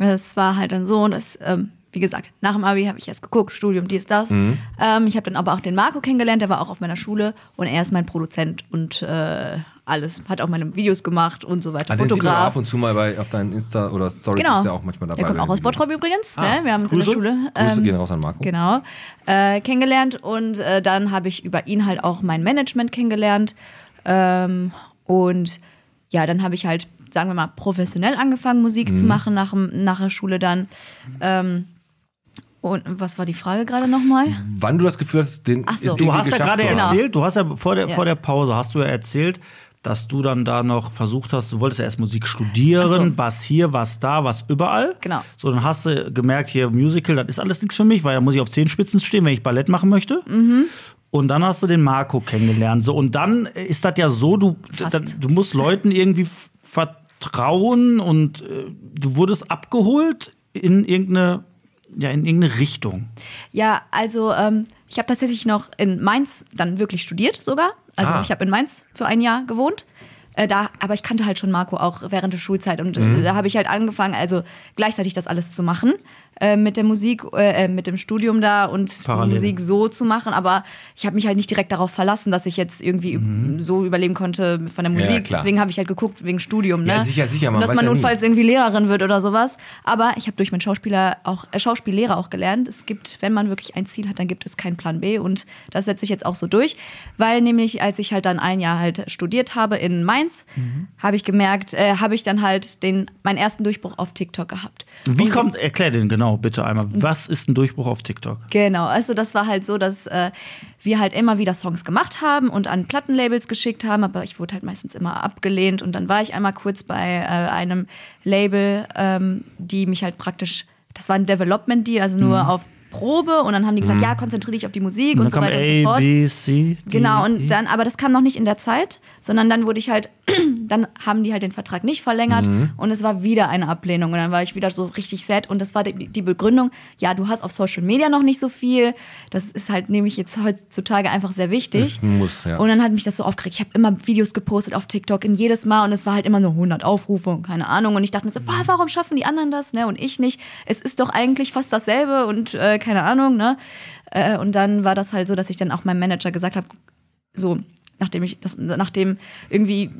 S10: es war halt dann so, dass, ähm, wie gesagt, nach dem Abi habe ich erst geguckt, Studium, dies, das.
S4: Mhm.
S10: Ähm, ich habe dann aber auch den Marco kennengelernt, der war auch auf meiner Schule und er ist mein Produzent und äh, alles, hat auch meine Videos gemacht und so weiter,
S4: Ah, den sieht man
S10: Fotograf. Genau.
S4: ab und zu mal bei, auf deinen Insta oder Stories ist ja auch manchmal dabei.
S10: Der kommt
S4: bei
S10: auch
S4: den
S10: aus
S4: Videos.
S10: Bottrop übrigens,
S4: Ah,
S10: ne? Wir haben uns
S4: Grüße.
S10: in der Schule. ähm,
S4: Grüße gehen raus an Marco.
S10: Genau. Äh, kennengelernt und äh, dann habe ich über ihn halt auch mein Management kennengelernt. Ähm, und ja, dann habe ich halt, sagen wir mal, professionell angefangen, Musik
S4: Mhm.
S10: zu machen nach, dem- nach der Schule dann. Ähm, und was war die Frage gerade nochmal?
S4: Wann du das Gefühl hast, den
S10: Ach so. Genau.
S4: ist
S3: Du
S4: irgendwie
S3: hast ja
S4: geschafft
S3: gerade
S4: zu haben.
S3: erzählt, du hast ja vor der,
S10: Ja.
S3: vor der Pause hast du ja erzählt, dass du dann da noch versucht hast, du wolltest ja erst Musik studieren, was hier, was da, was überall.
S10: Genau.
S3: So, dann hast du gemerkt, hier Musical, das ist alles nichts für mich, weil da muss ich auf Zehenspitzen stehen, wenn ich Ballett machen möchte.
S10: Mhm.
S3: Und dann hast du den Marco kennengelernt. So, und dann ist das ja so, du, dann, du musst Leuten irgendwie f- vertrauen und äh, du wurdest abgeholt in irgendeine, ja, in irgendeine Richtung.
S10: Ja, also ähm, ich habe tatsächlich noch in Mainz dann wirklich studiert sogar. Also
S3: Ah.
S10: ich habe in Mainz für ein Jahr gewohnt. Äh, da, aber ich kannte halt schon Marco auch während der Schulzeit und
S12: Mhm.
S10: äh, da habe ich halt angefangen, also gleichzeitig das alles zu machen äh, mit der Musik, äh, äh, mit dem Studium da und
S12: Parallel.
S10: Musik so zu machen. Aber ich habe mich halt nicht direkt darauf verlassen, dass ich jetzt irgendwie
S4: Mhm.
S10: so überleben konnte von der
S4: Ja,
S10: Musik.
S4: klar.
S10: Deswegen habe ich halt geguckt wegen Studium, ne?
S4: Ja, sicher, sicher, man
S10: und dass
S4: weiß
S10: man
S4: ja nie.
S10: notfalls irgendwie Lehrerin wird oder sowas. Aber ich habe durch meinen Schauspieler auch, äh, Schauspiellehrer auch gelernt, es gibt, wenn man wirklich ein Ziel hat, dann gibt es keinen Plan B. Und das setze ich jetzt auch so durch. Weil nämlich, als ich halt dann ein Jahr halt studiert habe in Mainz,
S3: Mhm.
S10: habe ich gemerkt, äh, habe ich dann halt den, meinen ersten Durchbruch auf TikTok gehabt.
S3: Wie kommt, erklär den genau bitte einmal,
S10: Hm.
S3: was ist ein Durchbruch auf TikTok?
S10: Genau, also das war halt so, dass äh, wir halt immer wieder Songs gemacht haben und an Plattenlabels geschickt haben, aber ich wurde halt meistens immer abgelehnt und dann war ich einmal kurz bei äh, einem Label, ähm, die mich halt praktisch, das war ein Development Deal, also nur
S3: Mhm.
S10: auf Probe und dann haben die gesagt,
S3: Mhm.
S10: ja, konzentriere dich auf die Musik und,
S3: dann
S10: so
S3: kam
S10: weiter und so
S3: A,
S10: fort.
S3: B, C. D,
S10: Genau,
S3: E.
S10: und dann, aber das kam noch nicht in der Zeit, sondern dann wurde ich halt, dann haben die halt den Vertrag nicht verlängert
S12: Mhm.
S10: und es war wieder eine Ablehnung. Und dann war ich wieder so richtig sad und das war die, die Begründung, ja, du hast auf Social Media noch nicht so viel. Das ist halt nämlich jetzt heutzutage einfach sehr wichtig.
S4: Es muss, ja.
S10: Und dann hat mich das so aufgeregt. Ich habe immer Videos gepostet auf TikTok in jedes Mal und es war halt immer nur 100 Aufrufe und keine Ahnung. Und ich dachte mir so, boah, warum schaffen die anderen das ne? und ich nicht? Es ist doch eigentlich fast dasselbe und äh, keine Ahnung. Ne? Äh, und dann war das halt so, dass ich dann auch meinem Manager gesagt habe, so nachdem ich das, nachdem irgendwie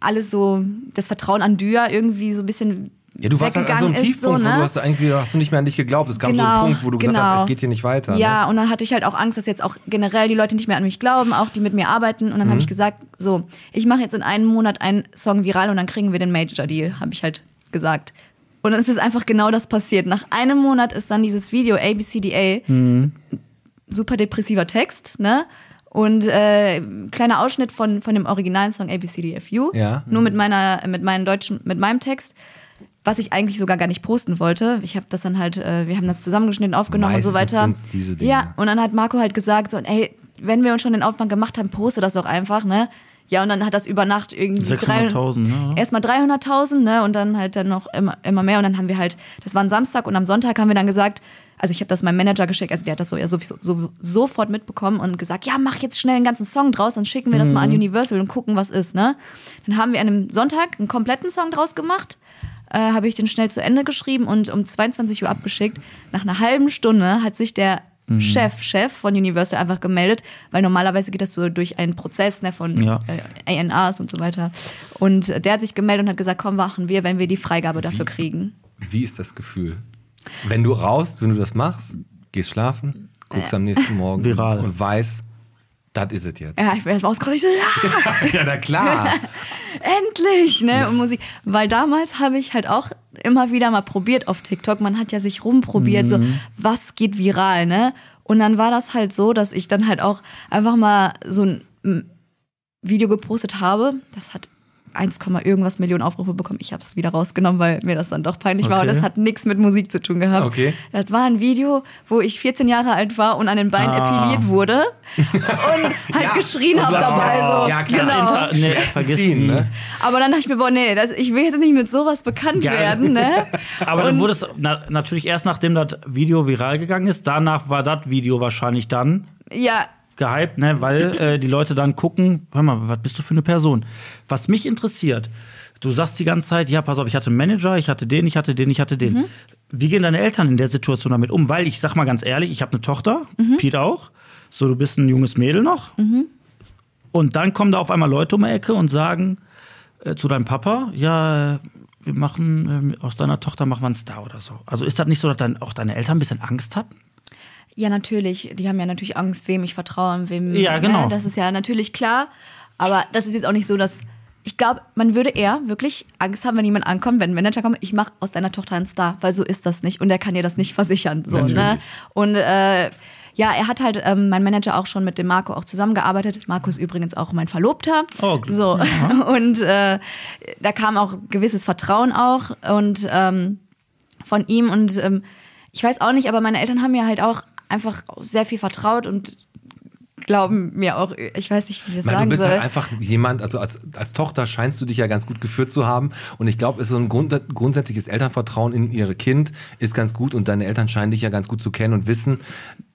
S10: alles so das Vertrauen an Dür irgendwie so ein bisschen
S4: Ja, du warst halt an so einem
S10: weggegangen ist, so,
S4: Tiefpunkt,
S10: ne?
S4: wo du hast irgendwie hast du nicht mehr an dich geglaubt. Es kam so
S10: Genau,
S4: ein Punkt, wo du gesagt
S10: genau.
S4: hast, es geht hier nicht weiter.
S10: Ja,
S4: ne?
S10: und dann hatte ich halt auch Angst, dass jetzt auch generell die Leute nicht mehr an mich glauben, auch die mit mir arbeiten. Und dann habe
S4: Mhm.
S10: ich gesagt, so, ich mache jetzt in einem Monat einen Song viral und dann kriegen wir den Major Deal, habe ich halt gesagt. Und dann ist es einfach genau das passiert. Nach einem Monat ist dann dieses Video ABCDA,
S3: Mhm.
S10: super depressiver Text, ne? Und äh, kleiner Ausschnitt von, von dem originalen Song ABCDFU.
S12: Ja.
S4: mhm.
S10: Nur mit meiner, mit meinem deutschen, mit meinem Text, was ich eigentlich sogar gar nicht posten wollte. Ich habe das dann halt, äh, wir haben das zusammengeschnitten, aufgenommen und so
S4: Meistens
S10: weiter.
S4: sind's diese Dinge.
S10: Ja, und dann hat Marco halt gesagt, so, ey, wenn wir uns schon den Aufwand gemacht haben, poste das doch einfach, ne? Ja, und dann hat das über Nacht irgendwie
S3: 600.000, ne?
S12: Mhm.
S10: erstmal 300.000, ne, und dann halt dann noch immer, immer mehr und dann haben wir halt, das war ein Samstag und am Sonntag haben wir dann gesagt, also ich habe das meinem Manager geschickt, also der hat das so ja sowieso so, sofort mitbekommen und gesagt, ja, mach jetzt schnell einen ganzen Song draus, dann schicken wir das mal an
S12: Mhm.
S10: Universal und gucken, was ist, ne? Dann haben wir an einem Sonntag einen kompletten Song draus gemacht. Äh, habe ich den schnell zu Ende geschrieben und um 22 Uhr abgeschickt. Nach einer halben Stunde hat sich der
S12: Mhm.
S10: Chef, Chef von Universal einfach gemeldet, weil normalerweise geht das so durch einen Prozess ne, von
S12: Ja.
S10: äh, ANAs und so weiter. Und äh, der hat sich gemeldet und hat gesagt, komm, machen wir, wenn wir die Freigabe dafür kriegen.
S4: Wie ist das Gefühl? Wenn du raus, wenn du das machst, gehst schlafen, guckst
S10: Ja.
S4: am nächsten Morgen und weißt, das ist es jetzt.
S10: Ja, ich bin erst mal ausgerastet, ich so, ja,
S4: ja, na klar.
S10: endlich, ne, und Musik. Weil damals habe ich halt auch immer wieder mal probiert auf TikTok. Man hat ja sich rumprobiert, so,
S12: Mhm.
S10: was geht viral, ne? Und dann war das halt so, dass ich dann halt auch einfach mal so ein mm, Video gepostet habe. Das hat 1, Komma irgendwas Millionen Aufrufe bekommen. Ich habe es wieder rausgenommen, weil mir das dann doch peinlich war. Und
S12: Okay.
S10: das hat nichts mit Musik zu tun gehabt.
S12: Okay.
S10: Das war ein Video, wo ich 14 Jahre alt war und an den Beinen
S3: Ah.
S10: epiliert wurde und halt geschrien habe dabei. So. Genau.
S3: Inter- nee, vergiss nie.
S4: ne?
S10: Aber dann dachte ich mir, boah, nee, das, ich will jetzt nicht mit sowas bekannt
S3: Ja.
S10: werden, ne?
S3: Aber du
S10: Und-
S3: wurdest na, natürlich erst nachdem das Video viral gegangen ist, danach war das Video wahrscheinlich dann
S10: Ja,
S3: gehypt, ne? weil äh, die Leute dann gucken, warte mal, was bist du für eine Person? Was mich interessiert, du sagst die ganze Zeit, ja, pass auf, ich hatte einen Manager, ich hatte den, ich hatte den, ich hatte den.
S10: Mhm.
S3: Wie gehen deine Eltern in der Situation damit um? Weil ich sag mal ganz ehrlich, ich habe eine Tochter,
S10: Mhm.
S3: Pete auch. So, du bist ein junges Mädel noch.
S10: Mhm.
S3: Und dann kommen da auf einmal Leute um die Ecke und sagen äh, zu deinem Papa, ja, äh, wir machen, äh, aus deiner Tochter machen wir einen Star oder so. Also ist das nicht so, dass dann auch deine Eltern ein bisschen Angst hatten?
S10: Ja, natürlich. Die haben ja natürlich Angst, wem ich vertraue und wem.
S3: Ja, genau.
S10: Ne? Das ist ja natürlich klar. Aber das ist jetzt auch nicht so, dass. Ich glaube, man würde eher wirklich Angst haben, wenn jemand ankommt, wenn ein Manager kommt, ich mache aus deiner Tochter einen Star, weil so ist das nicht. Und er kann dir das nicht versichern. So, ne?
S12: Natürlich.
S10: Und äh, ja, er hat halt, ähm, mein Manager auch schon mit dem Marco auch zusammengearbeitet. Marco ist übrigens auch mein Verlobter.
S12: Oh,
S10: so.
S12: ja.
S10: Und äh, da kam auch gewisses Vertrauen auch und ähm, von ihm und ähm, ich weiß auch nicht, aber meine Eltern haben mir halt auch einfach sehr viel vertraut und glauben mir auch, ich weiß nicht, wie ich das
S4: Weil
S10: sagen
S4: du bist
S10: soll.
S4: halt einfach jemand, also als, als Tochter scheinst du dich ja ganz gut geführt zu haben. Und ich glaube, ist so ein Grund, grundsätzliches Elternvertrauen in ihre Kind ist ganz gut und deine Eltern scheinen dich ja ganz gut zu kennen und wissen,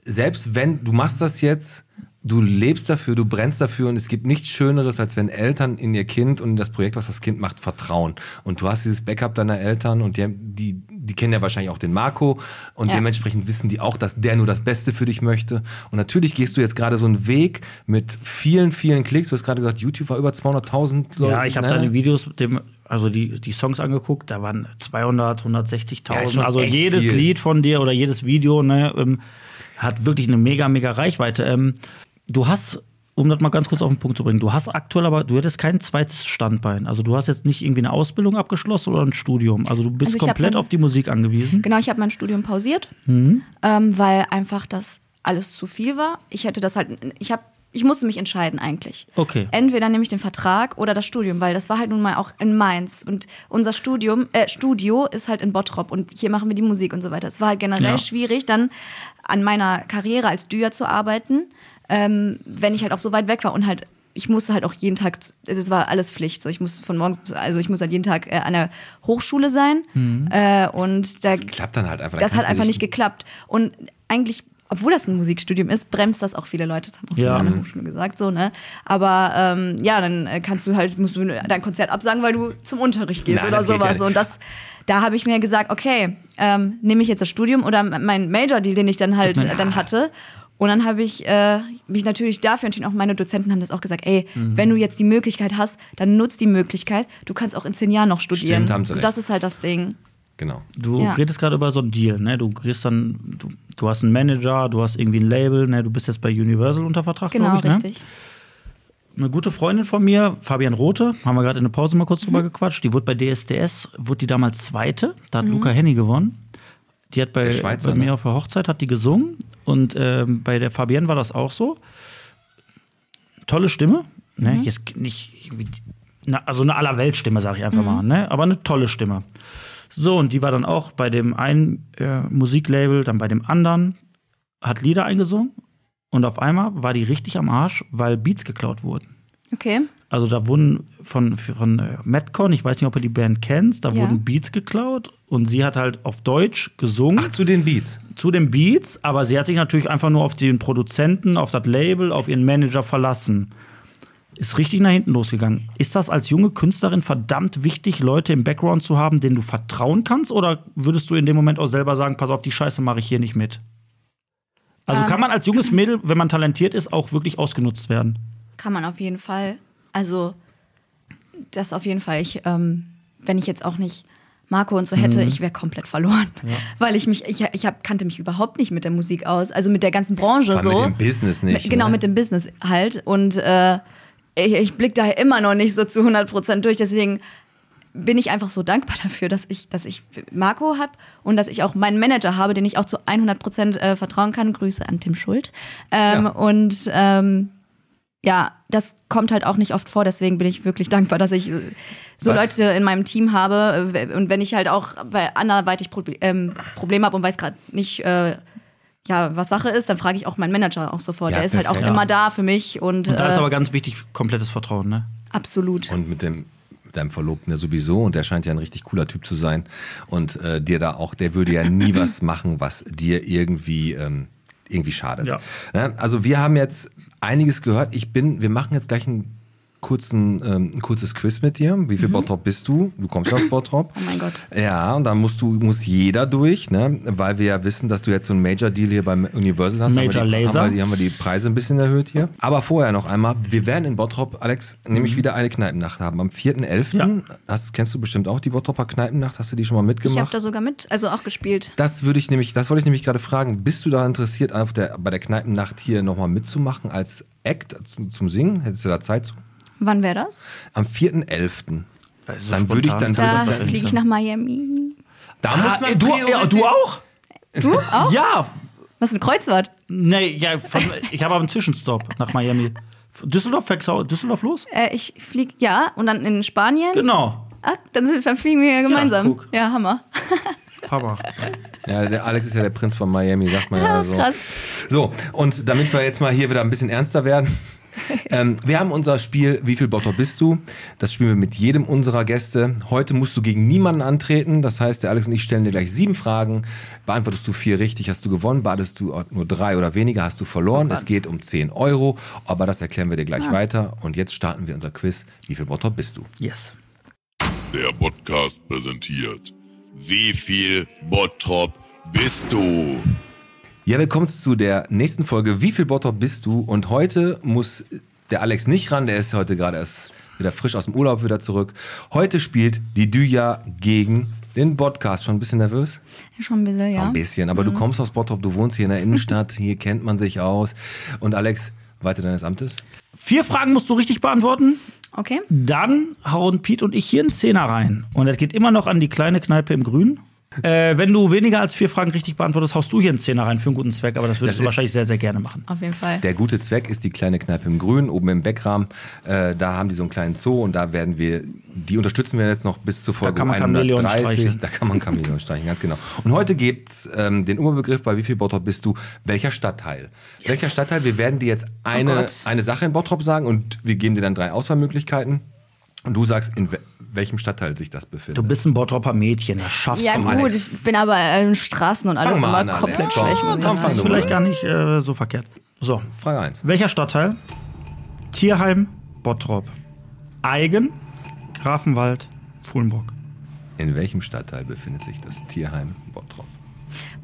S4: selbst wenn du machst das jetzt, du lebst dafür, du brennst dafür und es gibt nichts Schöneres, als wenn Eltern in ihr Kind und in das Projekt, was das Kind macht, vertrauen. Und du hast dieses Backup deiner Eltern und die, die, die kennen ja wahrscheinlich auch den Marco und
S10: Ja.
S4: dementsprechend wissen die auch, dass der nur das Beste für dich möchte. Und natürlich gehst du jetzt gerade so einen Weg mit vielen, vielen Klicks. Du hast gerade gesagt, YouTube war über 200.000 Leute.
S3: ja, ich habe
S4: ne?
S3: deine Videos, dem, also die, die Songs angeguckt, da waren 200, 160.000.
S4: schon
S3: also
S4: echt
S3: jedes
S4: viel.
S3: Lied von dir oder jedes Video ne, ähm, hat wirklich eine mega, mega Reichweite. Ähm, du hast, um das mal ganz kurz auf den Punkt zu bringen, du hast aktuell aber, du hättest kein zweites Standbein. Also du hast jetzt nicht irgendwie eine Ausbildung abgeschlossen oder ein Studium. Also du bist
S10: Also ich hab
S3: komplett
S10: ein-
S3: auf die Musik angewiesen.
S10: Genau, ich habe mein Studium pausiert,
S3: Mhm.
S10: ähm, weil einfach das alles zu viel war. Ich hätte das halt, ich habe, ich musste mich entscheiden eigentlich.
S3: Okay.
S10: Entweder nehme ich den Vertrag oder das Studium, weil das war halt nun mal auch in Mainz und unser Studium, äh, Studio ist halt in Bottrop und hier machen wir die Musik und so weiter. Es war halt generell
S12: Ja.
S10: schwierig, dann an meiner Karriere als Dür zu arbeiten, ähm, wenn ich halt auch so weit weg war und halt ich musste halt auch jeden Tag, es war alles Pflicht, so ich muss von morgens, bis- also ich muss halt jeden Tag äh, an der Hochschule sein
S4: Mhm.
S10: äh, und da das
S4: klappt dann halt einfach. Da
S10: Das hat
S4: kannst du
S10: einfach
S4: dich-
S10: nicht geklappt und eigentlich, obwohl das ein Musikstudium ist, bremst das auch viele Leute. Das haben auch
S4: Ja. Mhm.
S10: viele an der Hochschule gesagt, so ne. Aber ähm, ja, dann äh, kannst du halt musst du dein Konzert absagen, weil du zum Unterricht gehst
S12: Nein,
S10: oder
S12: das geht ja
S10: sowas.
S12: nicht.
S10: und das, da habe ich mir gesagt, okay, ähm, nehme ich jetzt das Studium oder mein Major, Deal, den ich dann halt
S12: Gib mir-
S10: äh, dann hatte. Und dann habe ich äh, mich natürlich dafür entschieden, auch meine Dozenten haben das auch gesagt, ey,
S4: Mhm.
S10: wenn du jetzt die Möglichkeit hast, dann nutz die Möglichkeit. Du kannst auch in zehn Jahren noch studieren.
S4: Stimmt, haben sie
S10: und
S4: recht.
S10: das ist halt das Ding.
S4: Genau.
S3: Du
S10: Ja.
S3: redest gerade über so einen Deal, ne? Du gehst dann, du, du hast einen Manager, du hast irgendwie ein Label, ne? Du bist jetzt bei Universal unter Vertrag,
S10: Genau,
S3: glaub ich, ne?
S10: richtig.
S3: Eine gute Freundin von mir, Fabian Rote, haben wir gerade in der Pause mal kurz
S10: Mhm.
S3: drüber gequatscht. Die wurde bei DSDS, wurde die damals Zweite, da hat
S10: Mhm.
S3: Luca Henny gewonnen. Die hat bei,
S4: Der Schweizer,
S3: bei mir
S4: ne?
S3: auf der Hochzeit hat die gesungen und ähm, bei der Fabienne war das auch so. Tolle Stimme, ne?
S10: Mhm.
S3: Jetzt nicht irgendwie, na, also eine Allerweltstimme, sage ich einfach
S10: Mhm.
S3: mal, ne? Aber eine tolle Stimme. So, und die war dann auch bei dem einen äh, Musiklabel, dann bei dem anderen, hat Lieder eingesungen und auf einmal war die richtig am Arsch, weil Beats geklaut wurden.
S10: Okay.
S3: Also da wurden von, von äh, Madcon, ich weiß nicht, ob du die Band kennst, da
S10: Ja.
S3: wurden Beats geklaut und sie hat halt auf Deutsch gesungen. Ach,
S4: zu den Beats?
S3: Zu den Beats, aber sie hat sich natürlich einfach nur auf den Produzenten, auf das Label, auf ihren Manager verlassen. Ist richtig nach hinten losgegangen. Ist das als junge Künstlerin verdammt wichtig, Leute im Background zu haben, denen du vertrauen kannst? Oder würdest du in dem Moment auch selber sagen, pass auf, die Scheiße mache ich hier nicht mit? Also
S10: Ähm.
S3: kann man als junges Mädel, wenn man talentiert ist, auch wirklich ausgenutzt werden?
S10: Kann man auf jeden Fall. Also, das auf jeden Fall. Ich, ähm, wenn ich jetzt auch nicht Marco und so hätte,
S12: Mhm.
S10: ich wäre komplett verloren.
S4: Ja.
S10: Weil ich mich, ich, ich hab, kannte mich überhaupt nicht mit der Musik aus, also mit der ganzen Branche
S4: Vor allem
S10: so.
S4: mit dem Business nicht,
S10: Mit- Genau,
S4: ne?
S10: mit dem Business halt. Und äh, ich, ich blick da immer noch nicht so zu 100 Prozent durch. Deswegen bin ich einfach so dankbar dafür, dass ich, dass ich Marco habe und dass ich auch meinen Manager habe, den ich auch zu 100 Prozent äh, vertrauen kann. Grüße an Tim Schuld. Ähm,
S12: Ja.
S10: Und ähm, ja, das kommt halt auch nicht oft vor. Deswegen bin ich wirklich dankbar, dass ich äh, so
S12: Was-
S10: Leute in meinem Team habe. äh, w- Und wenn ich halt auch bei anderweitig Proble ähm, Probleme habe und weiß gerade nicht, äh, ja, was Sache ist, dann frage ich auch meinen Manager auch sofort.
S3: Ja,
S10: Der ist halt auch
S3: perfekt.
S10: immer da für mich. Und,
S3: Und da ist
S10: äh,
S3: aber ganz wichtig, komplettes Vertrauen, ne?
S10: absolut.
S4: Und mit dem mit deinem Verlobten ja sowieso und der scheint ja ein richtig cooler Typ zu sein und äh, dir da auch, der würde ja nie was machen, was dir irgendwie ähm, irgendwie schadet.
S3: Ja.
S4: Ne? Also wir haben jetzt einiges gehört. Ich bin, wir machen jetzt gleich einen kurzen, ähm, ein kurzes Quiz mit dir. Wie viel
S10: Mhm.
S4: Bottrop bist du? Du kommst aus Bottrop.
S10: Oh mein Gott.
S4: Ja, und da musst du, muss jeder durch, ne? weil wir ja wissen, dass du jetzt so einen Major-Deal hier beim Universal hast.
S3: Major
S4: haben wir die,
S3: Laser.
S4: Haben wir, die haben wir die Preise ein bisschen erhöht hier. Aber vorher noch einmal, wir werden in Bottrop, Alex, nämlich
S3: Mhm.
S4: wieder eine Kneipennacht haben. Am 4.11. Hast, kennst du bestimmt auch die Bottroper Kneipennacht, hast du die schon mal
S10: Ich habe
S4: mitgemacht?
S10: da sogar mit, also auch gespielt.
S4: das würde ich nämlich, das wollte ich nämlich gerade fragen. Bist du da interessiert, auf der, bei der Kneipennacht hier nochmal mitzumachen als Act zum, zum Singen? Hättest du da Zeit zu?
S10: Wann wäre das?
S4: Am 4.11.
S3: Also
S4: dann würde ich dann.
S10: Da fliege ich nach Miami.
S4: Da muss man
S3: Ah, du, ja, du auch?
S10: Du auch?
S3: Ja.
S10: Was ein Kreuzwort?
S3: Nee, ja, von, ich habe aber einen Zwischenstopp nach Miami. Düsseldorf, fährst du- Düsseldorf los?
S10: Äh, ich fliege, ja, und dann in Spanien.
S3: Genau.
S10: Ah, dann, sind, dann fliegen wir ja gemeinsam. Ja, Hammer.
S3: Hammer.
S4: Ja, der Alex ist ja der Prinz von Miami, sagt man ja
S10: Ah,
S4: so.
S10: krass.
S4: So, und damit wir jetzt mal hier wieder ein bisschen ernster werden. ähm, wir haben unser Spiel Wie viel Bottrop bist du? Das spielen wir mit jedem unserer Gäste. Heute musst du gegen niemanden antreten. Das heißt, der Alex und ich stellen dir gleich sieben Fragen. Beantwortest du vier richtig, hast du gewonnen. Badest du nur drei oder weniger, hast du verloren. es geht um 10 Euro. Aber das erklären wir dir gleich
S10: Ah.
S4: weiter. Und jetzt starten wir unser Quiz Wie viel Bottrop bist du?
S3: Yes.
S12: Der Podcast präsentiert. Wie viel Bottrop bist du?
S4: Ja, willkommen zu der nächsten Folge. Wie viel Bottrop bist du? Und heute muss der Alex nicht ran, der ist heute gerade erst wieder frisch aus dem Urlaub wieder zurück. Heute spielt die Düja gegen den Podcast. Schon ein bisschen nervös?
S10: Schon ein bisschen, ja.
S4: Ein bisschen, aber du kommst aus Bottrop, du wohnst hier in der Innenstadt, hier kennt man sich aus. Und Alex, weiter deines Amtes?
S3: Vier Fragen musst du richtig beantworten.
S10: Okay.
S3: Dann hauen Pete und ich hier einen Zehner rein. Und das geht immer noch an die kleine Kneipe im Grün. Äh, wenn du weniger als vier Fragen richtig beantwortest, haust du hier einen Zehner rein für einen guten Zweck. Aber das würdest
S4: Das
S3: du
S4: ist-
S3: wahrscheinlich sehr, sehr gerne machen.
S10: Auf jeden Fall.
S4: Der gute Zweck ist die kleine Kneipe im Grün, oben im Beckrahmen. Äh, da haben die so einen kleinen Zoo und da werden wir, die unterstützen wir jetzt noch bis zur Folge
S3: kann man Chamäleon
S4: 130.
S3: streichen.
S4: Da kann man Chamäleon streichen, ganz genau. Und heute gibt es ähm, den Oberbegriff, bei wie viel Bottrop bist du, welcher Stadtteil. Welcher Stadtteil, wir werden dir
S3: Oh
S4: jetzt eine,
S10: Gott.
S4: eine Sache in Bottrop sagen und wir geben dir dann drei Auswahlmöglichkeiten. Und du sagst, in we welchem Stadtteil sich das befindet.
S3: Du bist ein Bottropper Mädchen, das schaffst
S10: Ja,
S3: du.
S10: gut, ich bin aber in Straßen und alles
S3: Fang mal
S10: immer
S3: an, Alex,
S10: komplett
S3: komm.
S10: schlecht.
S3: Ja,
S10: mit
S3: komm,
S10: mir.
S3: fang Das ist du vielleicht mal an. gar nicht äh, so verkehrt. So.
S4: Frage 1.
S3: Welcher Stadtteil? Tierheim, Bottrop. Eigen, Grafenwald, Fuhlenburg.
S4: In welchem Stadtteil befindet sich das Tierheim Bottrop?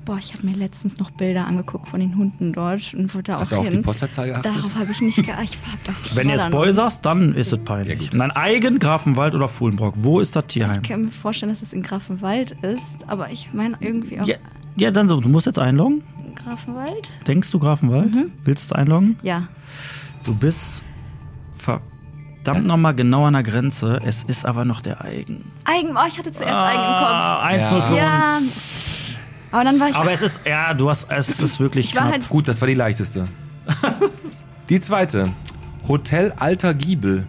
S10: Boah, ich habe mir letztens noch Bilder angeguckt von den Hunden dort und wollte
S4: Hast du
S10: auch
S4: auf
S10: hin.
S4: die Postleitzahl geachtet?
S10: Darauf habe ich nicht geachtet. Ich hab das nicht
S3: Wenn du
S10: vorher
S3: jetzt
S10: noch-
S3: Boy sagst, dann ist es peinlich. Nein, Eigen, Grafenwald oder Fuhlenburg. Wo ist das Tierheim?
S10: Ich kann mir vorstellen, dass es in Grafenwald ist, aber ich meine irgendwie auch
S3: Ja, ja, dann so. Du musst jetzt einloggen.
S10: Grafenwald?
S3: Denkst du Grafenwald?
S10: Mhm.
S3: Willst du es einloggen?
S10: Ja.
S3: Du bist verdammt nochmal genau an der Grenze. Es ist aber noch der Eigen.
S10: Eigen, oh, ich hatte zuerst
S3: Ah,
S10: Eigen im Kopf.
S3: 1-0 für
S10: ja. Mist. Aber dann war ich.
S3: Aber es ist, ja, du hast, es ist wirklich
S10: Ich war
S3: knapp.
S10: halt-
S4: Gut, das war die leichteste. die zweite. Hotel Alter Giebel.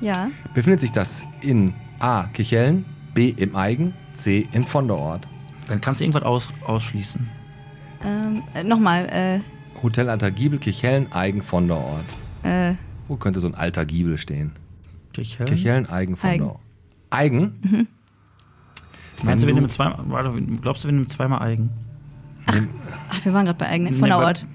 S10: ja.
S4: Befindet sich das in A. Kichellen, B. im Eigen, C. im Vonderort?
S3: Dann kannst du irgendwas aus, ausschließen.
S10: Ähm, äh, Nochmal,
S4: Hotel Alter Giebel, Kichellen, Eigen, Vonderort.
S10: äh, äh,
S4: Wo könnte so ein Alter Giebel stehen?
S10: Mhm.
S3: Kichellen?
S4: Kichellen, Eigen, Vonderort. Eigen?
S3: Meinst du, wir
S4: Wenn du-
S3: nehmen zweimal, warte, glaubst du, wir nehmen zweimal Eigen?
S10: ach, wir waren gerade bei Eigen, ne? von
S3: Nee,
S10: der
S3: bei-
S10: Ort.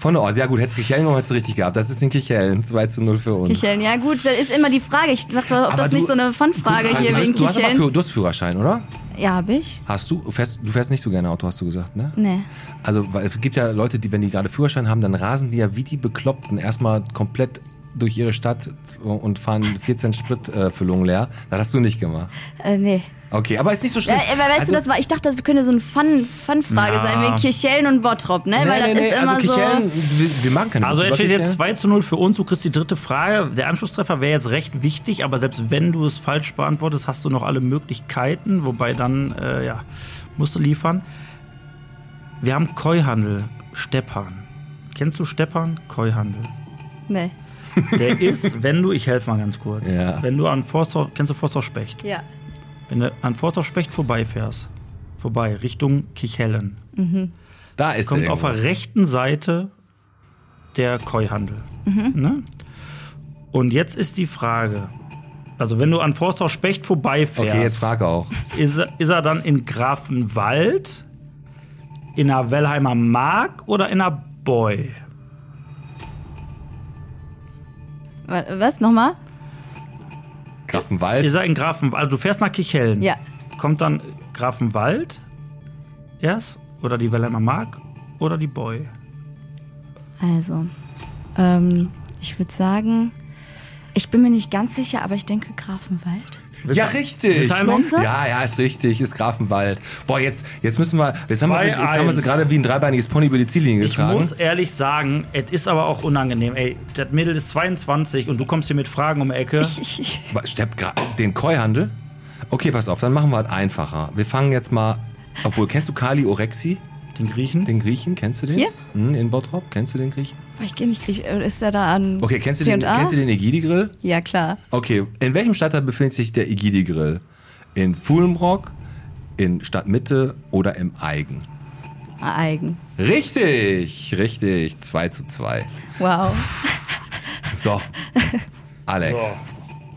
S4: Vonderort, ja gut, hättest Kichellen noch hättest du richtig gehabt. Das ist in Kichellen. 2 zu 0 für uns.
S10: Kicheln, ja gut, das ist immer die Frage. Ich dachte, ob
S4: Aber
S10: das
S4: du-
S10: nicht so eine Fun-Frage hier
S4: du,
S10: wegen
S4: hast, du, hast aber
S10: Kicheln.
S4: Führ- du hast Führerschein, oder?
S10: Ja, hab ich.
S4: Hast du? Fährst, du fährst nicht so gerne Auto, hast du gesagt, ne?
S10: Nee.
S4: Also, weil es gibt ja Leute, die, wenn die gerade Führerschein haben, dann rasen die ja wie die Bekloppten erstmal komplett durch ihre Stadt und fahren 14 Spritfüllungen leer. Das hast du nicht gemacht.
S10: Äh, nee.
S4: Okay, aber ist nicht so schlimm.
S10: Ja, aber weißt
S4: Also-
S10: du, das war, ich dachte, das könnte so eine Fun- Fun-Frage
S4: Na.
S10: sein, wegen Kirchhellen und Bottrop, ne?
S4: Nee,
S10: Weil
S4: nee,
S10: das
S4: nee,
S10: ist immer
S4: also Kichellen,
S10: so.
S4: wir, wir machen keine
S3: Also
S4: Witze
S3: jetzt steht
S4: über
S3: jetzt
S4: Kichellen.
S3: 2 zu 0 für uns, du kriegst die dritte Frage. Der Anschlusstreffer wäre jetzt recht wichtig, aber selbst wenn du es falsch beantwortest, hast du noch alle Möglichkeiten, wobei dann, äh, ja, musst du liefern. Wir haben Keuhandel, Stepan. Kennst du Stepan? Keuhandel.
S10: Nee.
S3: Der ist, wenn du, ich helfe mal ganz kurz,
S4: Ja.
S3: wenn du an Forster, kennst du Forster Specht?
S10: Ja.
S3: Wenn du an Forster Specht vorbeifährst, vorbei, Richtung Kichellen,
S10: Mhm.
S4: Da ist
S3: kommt
S4: der
S3: auf der
S4: irgendwo.
S3: rechten Seite der Keuhandel.
S10: Mhm.
S3: Ne? Und jetzt ist die Frage, also wenn du an Forster Specht vorbeifährst,
S4: Okay, jetzt frage auch.
S3: Ist, er- ist er dann in Grafenwald, in der Wellheimer Mark oder in der Boy?
S10: Wa- Was? Nochmal?
S4: Grafenwald.
S3: Ihr seid in Grafenwald. Also du fährst nach Kichellen.
S10: Ja.
S3: Kommt dann Grafenwald erst? Oder die Wellheimer Mark? Oder die Boy?
S10: Also, ähm, ich würde sagen, ich bin mir nicht ganz sicher, aber ich denke Grafenwald.
S4: Ja, richtig.
S10: Simon? Meinst du?
S4: Ja, ja, ist richtig. Ist Grafenwald. Boah, jetzt, jetzt müssen wir. Jetzt haben wir, sie, jetzt
S3: 2-1.
S4: haben wir sie gerade wie ein dreibeiniges Pony über die Ziellinie
S3: Ich
S4: getragen.
S3: muss ehrlich sagen, es ist aber auch unangenehm. Ey, das Mädel ist 22 und du kommst hier mit Fragen um die Ecke.
S4: Wa- Stepp gra- den Keuhandel? Okay, pass auf, dann machen wir es einfacher. Wir fangen jetzt mal. Obwohl, kennst du Kali Orexi?
S3: Den Griechen?
S4: Den Griechen, kennst du den?
S10: Hier?
S4: Hm, in Bottrop, kennst du den Griechen?
S10: Boah, Ich gehe nicht griechisch. Ist er da an
S4: Okay, kennst du
S10: C&A?
S4: den, kennst du den Egidi-Grill?
S10: Ja, klar.
S4: Okay, in welchem Stadtteil befindet sich der Egidi-Grill? In Fulenbrock, in Stadtmitte oder im Eigen?
S10: Ah, Eigen.
S4: Richtig, richtig, 2 zu 2.
S10: Wow.
S4: So, Alex.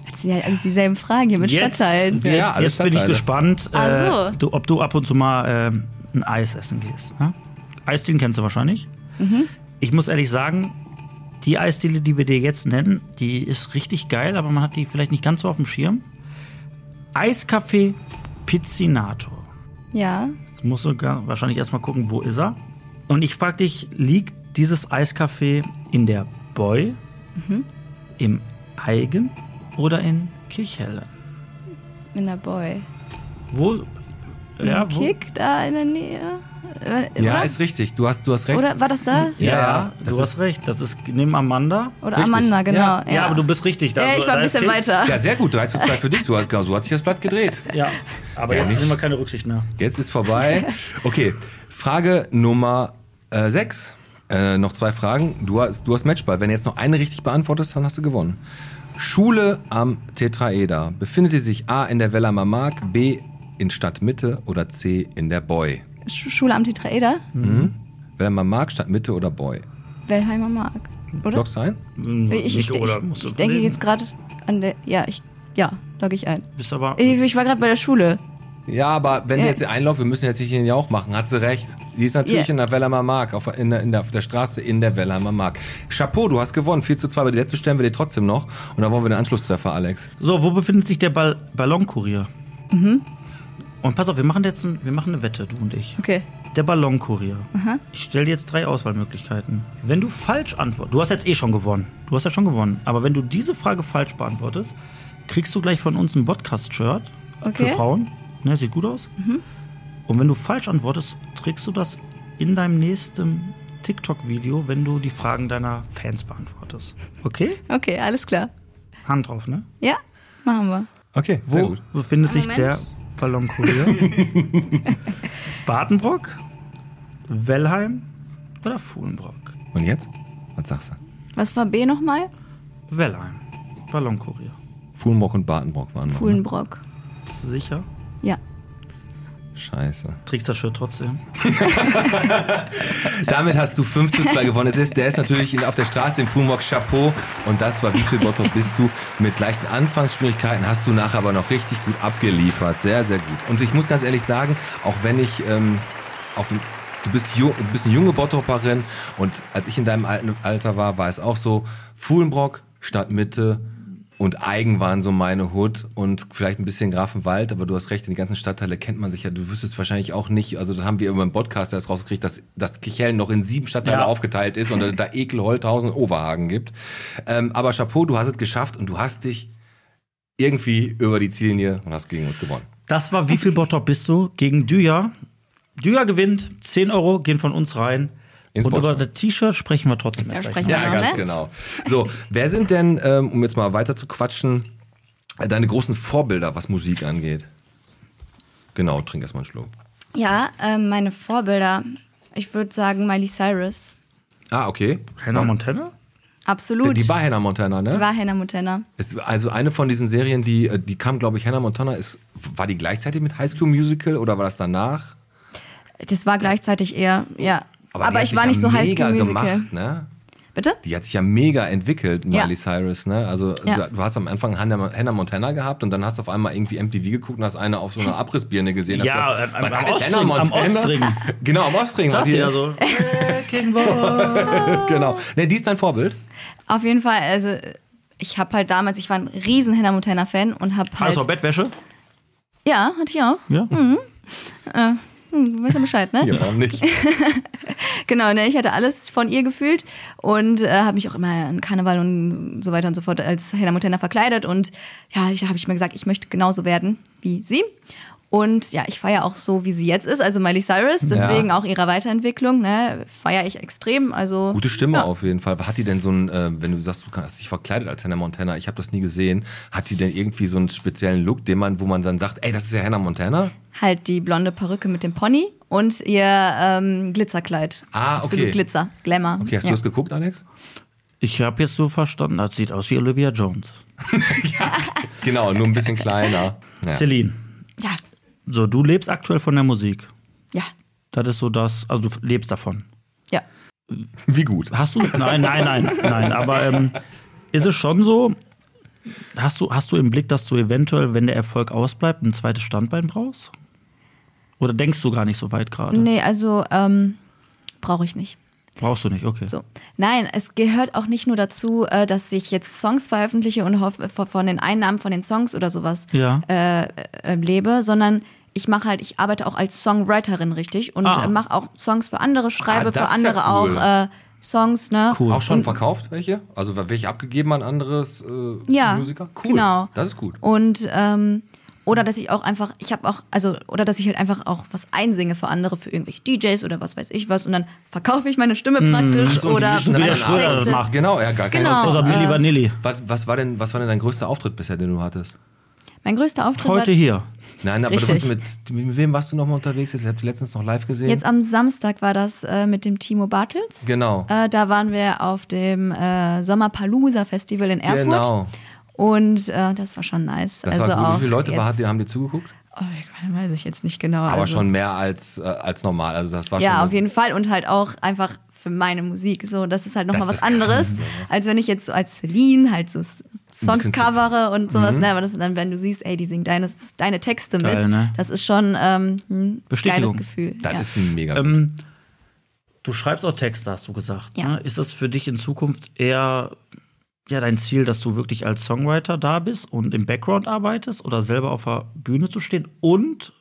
S10: Das sind ja also dieselben Fragen hier mit
S3: Jetzt-
S10: Stadtteilen.
S4: Ja, alle
S3: Jetzt bin ich
S4: Stadtteile.
S3: gespannt,
S10: Ach
S3: äh,
S10: so.
S3: du, ob du ab und zu mal ähm, ein Eis essen gehst. Ja? Eisdielen kennst du wahrscheinlich.
S10: Mhm.
S3: Ich muss ehrlich sagen, die Eisdiele, die wir dir jetzt nennen, die ist richtig geil, aber man hat die vielleicht nicht ganz so auf dem Schirm. Eiscafé Pizzinato.
S10: Ja.
S3: Jetzt musst du gar, wahrscheinlich erstmal gucken, wo ist er. Und ich frag dich, liegt dieses Eiscafé in der Boy,
S10: Mhm.
S3: im Eigen oder in Kirchhelle?
S10: In der Boy.
S3: Wo?
S10: Mit
S3: ja,
S10: dem
S3: wo?
S10: Kick da in der Nähe. Äh,
S4: Ja,
S10: oder?
S4: ist richtig. Du hast, du hast recht.
S10: Oder war das da?
S3: Ja, ja
S4: das
S3: du hast recht. Das ist neben Amanda.
S10: Oder Amanda, genau.
S3: Ja,
S10: ja.
S3: aber du bist richtig.
S10: Ja, ich war ein
S3: ist
S10: bisschen
S3: Kick.
S10: weiter.
S4: Ja, sehr gut. 3 zu 2 für dich. So hat, genau, so hat sich das Blatt gedreht.
S3: Ja, aber
S4: Ja,
S3: jetzt
S4: nicht.
S3: nehmen wir keine Rücksicht ne? mehr.
S4: Jetzt ist vorbei. Okay, Frage Nummer 6. Äh, noch zwei Fragen. Du hast, du hast Matchball. Wenn du jetzt noch eine richtig beantwortest, dann hast du gewonnen. Schule am Tetraeder. Befindet sie sich A in der Wellermer Mark, B in Stadtmitte oder C in der Boy?
S10: Sch Schule am Tetraeder?
S4: Mhm. Wellermer Mark, Stadtmitte oder Boy?
S10: Wellheimer Markt. Oder?
S4: Loggst du ein?
S3: Hm,
S10: Ich, ich, ich, ich, denke jetzt gerade an der. Ja, ich. Ja, logge ich ein.
S3: Bist aber.
S10: Ich, ich war gerade bei der Schule.
S4: Ja, aber wenn sie
S10: Äh.
S4: jetzt hier einloggt, wir müssen jetzt nicht den Jauch machen, hat sie recht. Die ist natürlich
S10: Ja.
S4: in der Wellermer Mark, auf, in der, in der, auf der Straße in der Wellermer Mark. Chapeau, du hast gewonnen, 4 zu 2, aber die letzte stellen wir dir trotzdem noch. Und dann wollen wir den Anschlusstreffer, Alex.
S3: So, wo befindet sich der Ball Ballonkurier?
S10: Mhm.
S3: Und pass auf, wir machen jetzt ein, wir machen eine Wette, du und ich.
S10: Okay.
S3: Der Ballonkurier.
S10: Aha.
S3: Ich stelle dir jetzt drei Auswahlmöglichkeiten. Wenn du falsch antwortest, du hast jetzt eh schon gewonnen. Du hast ja schon gewonnen. Aber wenn du diese Frage falsch beantwortest, kriegst du gleich von uns ein Podcast-Shirt
S10: Okay.
S3: für Frauen. Ne, sieht gut aus.
S10: Mhm.
S3: Und wenn du falsch antwortest, trägst du das in deinem nächsten TikTok-Video, wenn du die Fragen deiner Fans beantwortest. Okay?
S10: Okay, alles klar.
S3: Hand drauf, ne?
S10: Ja, machen wir.
S4: Okay,
S3: Wo befindet sich
S10: Moment.
S3: der Ballonkurier? Badenbrock, Wellheim oder Fuhlenbrock?
S4: Und jetzt? Was sagst du?
S10: Was war B nochmal?
S3: Wellheim, Ballonkurier.
S4: Fuhlenbrock und Badenbrock waren noch. Ne?
S10: Fuhlenbrock.
S3: Bist du sicher?
S4: Scheiße.
S3: Trägst das Shirt trotzdem?
S4: Damit hast du 5 zu 2 gewonnen. Es ist, der ist natürlich in, auf der Straße im Fuhlenbrock Chapeau. Und das war, wie viel Bottrop bist du? Mit leichten Anfangsschwierigkeiten hast du nachher aber noch richtig gut abgeliefert. Sehr, sehr gut. Und ich muss ganz ehrlich sagen, auch wenn ich ähm, auf dem Du bist, ju- du bist eine junge Bottroperin und als ich in deinem alten Alter war, war es auch so, Fuhlenbrock, Stadtmitte und Eigen waren so meine Hood und vielleicht ein bisschen Grafenwald, aber du hast recht, in den ganzen Stadtteile kennt man sich ja, du wüsstest wahrscheinlich auch nicht, also das haben wir über den Podcast erst rausgekriegt, dass, dass Kichellen noch in sieben Stadtteile
S3: Ja.
S4: aufgeteilt ist und da Ekel, Holthausen, Overhagen gibt. Ähm, aber Chapeau, du hast es geschafft und du hast dich irgendwie über die Ziellinie und hast gegen uns gewonnen.
S3: Das war Wie viel Bottrop bist du gegen Düja. Düja gewinnt, 10 Euro gehen von uns rein.
S4: Ins
S3: Und über
S4: Botschaf.
S3: das T-Shirt sprechen wir trotzdem
S10: Ja,
S3: erst gleich
S10: sprechen
S3: noch.
S10: wir
S4: Ja,
S10: noch,
S4: ganz
S10: ne?
S4: genau. So, wer sind denn, ähm, um jetzt mal weiter zu quatschen, äh, deine großen Vorbilder, was Musik angeht? Genau, trink erstmal einen Schluck.
S10: Ja, ähm, meine Vorbilder. Ich würde sagen Miley Cyrus.
S4: Ah, okay.
S3: Hannah Montana?
S10: Absolut.
S4: Die war Hannah Montana, ne?
S10: War Hannah Montana.
S4: Ist also eine von diesen Serien, die, äh, die kam, glaube ich, Hannah Montana, ist, war die gleichzeitig mit High School Musical oder war das danach?
S10: Das war gleichzeitig eher, ja. Aber,
S4: die hat
S10: ich
S4: sich
S10: war
S4: ja
S10: nicht so heiß
S4: mega
S10: School Musical.
S4: Gemacht, ne?
S10: Bitte?
S4: Die hat sich ja mega entwickelt,
S10: Ja.
S4: Miley Cyrus, ne? Also
S10: Ja.
S4: du hast am Anfang Hannah, Hannah Montana gehabt und dann hast du auf einmal irgendwie MTV geguckt und hast eine auf so einer Abrissbirne gesehen. dass
S3: Ja,
S4: du,
S3: am-
S4: "Was, das
S3: am
S4: ist
S3: Ostring,
S4: Hannah
S3: am
S4: Montana?"
S3: Ostring.
S4: Genau, am Ostring.
S3: Das
S4: war die-
S3: ist ja so.
S4: genau. Ne, die ist dein Vorbild.
S10: Auf jeden Fall, also ich habe halt damals, ich war ein riesen Hannah Montana Fan und habe halt.
S3: Hast du auch Bettwäsche?
S10: Ja, hatte ich auch.
S3: Ja.
S10: Mhm. Äh, hm, du weißt ja Bescheid, ne?
S4: Ja, warum nicht?
S10: genau, ne, ich hatte alles von ihr gefühlt und äh, habe mich auch immer an Karneval und so weiter und so fort als Hannah Montana verkleidet und ja, ich habe ich mir gesagt, ich möchte genauso werden wie sie. Und ja, ich feiere auch so, wie sie jetzt ist, also Miley Cyrus, deswegen
S4: Ja.
S10: auch ihrer Weiterentwicklung, ne, feiere ich extrem, also
S4: Gute Stimme
S10: ja.
S4: auf jeden Fall. Hat die denn so ein, äh, wenn du sagst, du hast dich verkleidet als Hannah Montana, ich habe das nie gesehen, hat die denn irgendwie so einen speziellen Look, den man, wo man dann sagt, ey, das ist ja Hannah Montana?
S10: halt die blonde Perücke mit dem Pony und ihr ähm, Glitzerkleid.
S4: Ah,
S10: Absolut
S4: okay.
S10: Glitzer, Glamour. ja.
S4: geguckt, Alex?
S3: Ich habe jetzt so verstanden, das sieht aus wie Olivia Jones.
S4: Genau, nur ein bisschen kleiner. Ja.
S3: Celine.
S10: Ja.
S3: So, du lebst aktuell von der Musik.
S10: Ja.
S3: Das ist so das, also du lebst davon.
S10: Ja.
S4: Wie gut?
S3: Hast du? Nein, nein, nein, nein. Aber ähm, ist es schon so? Hast du, hast du im Blick, dass du eventuell, wenn der Erfolg ausbleibt, ein zweites Standbein brauchst? Oder denkst du gar nicht so weit gerade?
S10: Nee, also ähm, brauche ich nicht.
S3: Brauchst du nicht, okay. So.
S10: Nein, es gehört auch nicht nur dazu, äh, dass ich jetzt Songs veröffentliche und hoffe, von- von den Einnahmen von den Songs oder sowas
S3: Ja.
S10: äh, äh, lebe, sondern ich mache halt, ich arbeite auch als Songwriterin richtig und
S4: Ah.
S10: äh, mache auch Songs für andere, schreibe
S4: Ah, das
S10: für
S4: ist ja
S10: andere
S4: cool.
S10: auch äh, Songs, ne?
S4: Auch schon
S10: Und-
S4: verkauft welche? Also welche abgegeben an anderes äh,
S10: Ja,
S4: Musiker?
S10: genau.
S4: Das ist gut.
S10: Und ähm, oder dass ich auch einfach, ich habe auch, also, oder dass ich halt einfach auch was einsinge für andere, für irgendwelche DJs oder was weiß ich was und dann verkaufe ich meine Stimme praktisch
S4: Hm. Ach so, und
S10: oder
S4: die mischen das dann ab.
S10: Texte.
S4: Genau, ja, gar keine
S10: Genau, Außer Milli äh,
S3: Vanilli.
S4: Was, was, war denn, was war denn dein größter Auftritt bisher, den du hattest?
S10: Mein größter Auftritt war
S4: Nein, aber du warst
S10: Richtig.
S4: mit, mit wem warst du nochmal unterwegs? Ich habe dich letztens noch live gesehen.
S10: jetzt am Samstag war das äh, mit dem Timo Bartels.
S4: Genau.
S10: Äh, da waren wir auf dem äh, Sommerpalooza Festival in Erfurt.
S4: Genau.
S10: Und äh, das war schon nice.
S4: Das
S10: also
S4: war gut.
S10: Auch
S4: Wie viele Leute
S10: jetzt,
S4: war, hat- haben dir zugeguckt?
S10: Oh, ich weiß ich jetzt nicht genau.
S4: Aber
S10: also.
S4: schon mehr als, äh, als normal. Also das war schon
S10: Ja,
S4: eine-
S10: auf jeden Fall. Und halt auch einfach für meine Musik. So, das ist halt
S4: Das
S10: nochmal was
S4: ist krass,
S10: anderes,
S4: ja.
S10: als wenn ich jetzt so als Celine halt so S- Songs
S4: bisschen zu-
S10: covere und sowas.
S4: Mhm.
S10: Ne? Aber das dann, wenn du siehst, ey, die singen deine, deine Texte
S3: Geil,
S10: mit,
S3: ne?
S10: das ist schon ähm, ein
S3: Bestätigung.
S10: geiles Gefühl. ja.
S4: ein mega
S3: ähm, Du schreibst auch Texte, hast du gesagt.
S10: Ja.
S3: Ne? Ist das für dich in Zukunft eher ja, dein Ziel, dass du wirklich als Songwriter da bist und im Background arbeitest oder selber auf der Bühne zu stehen? Und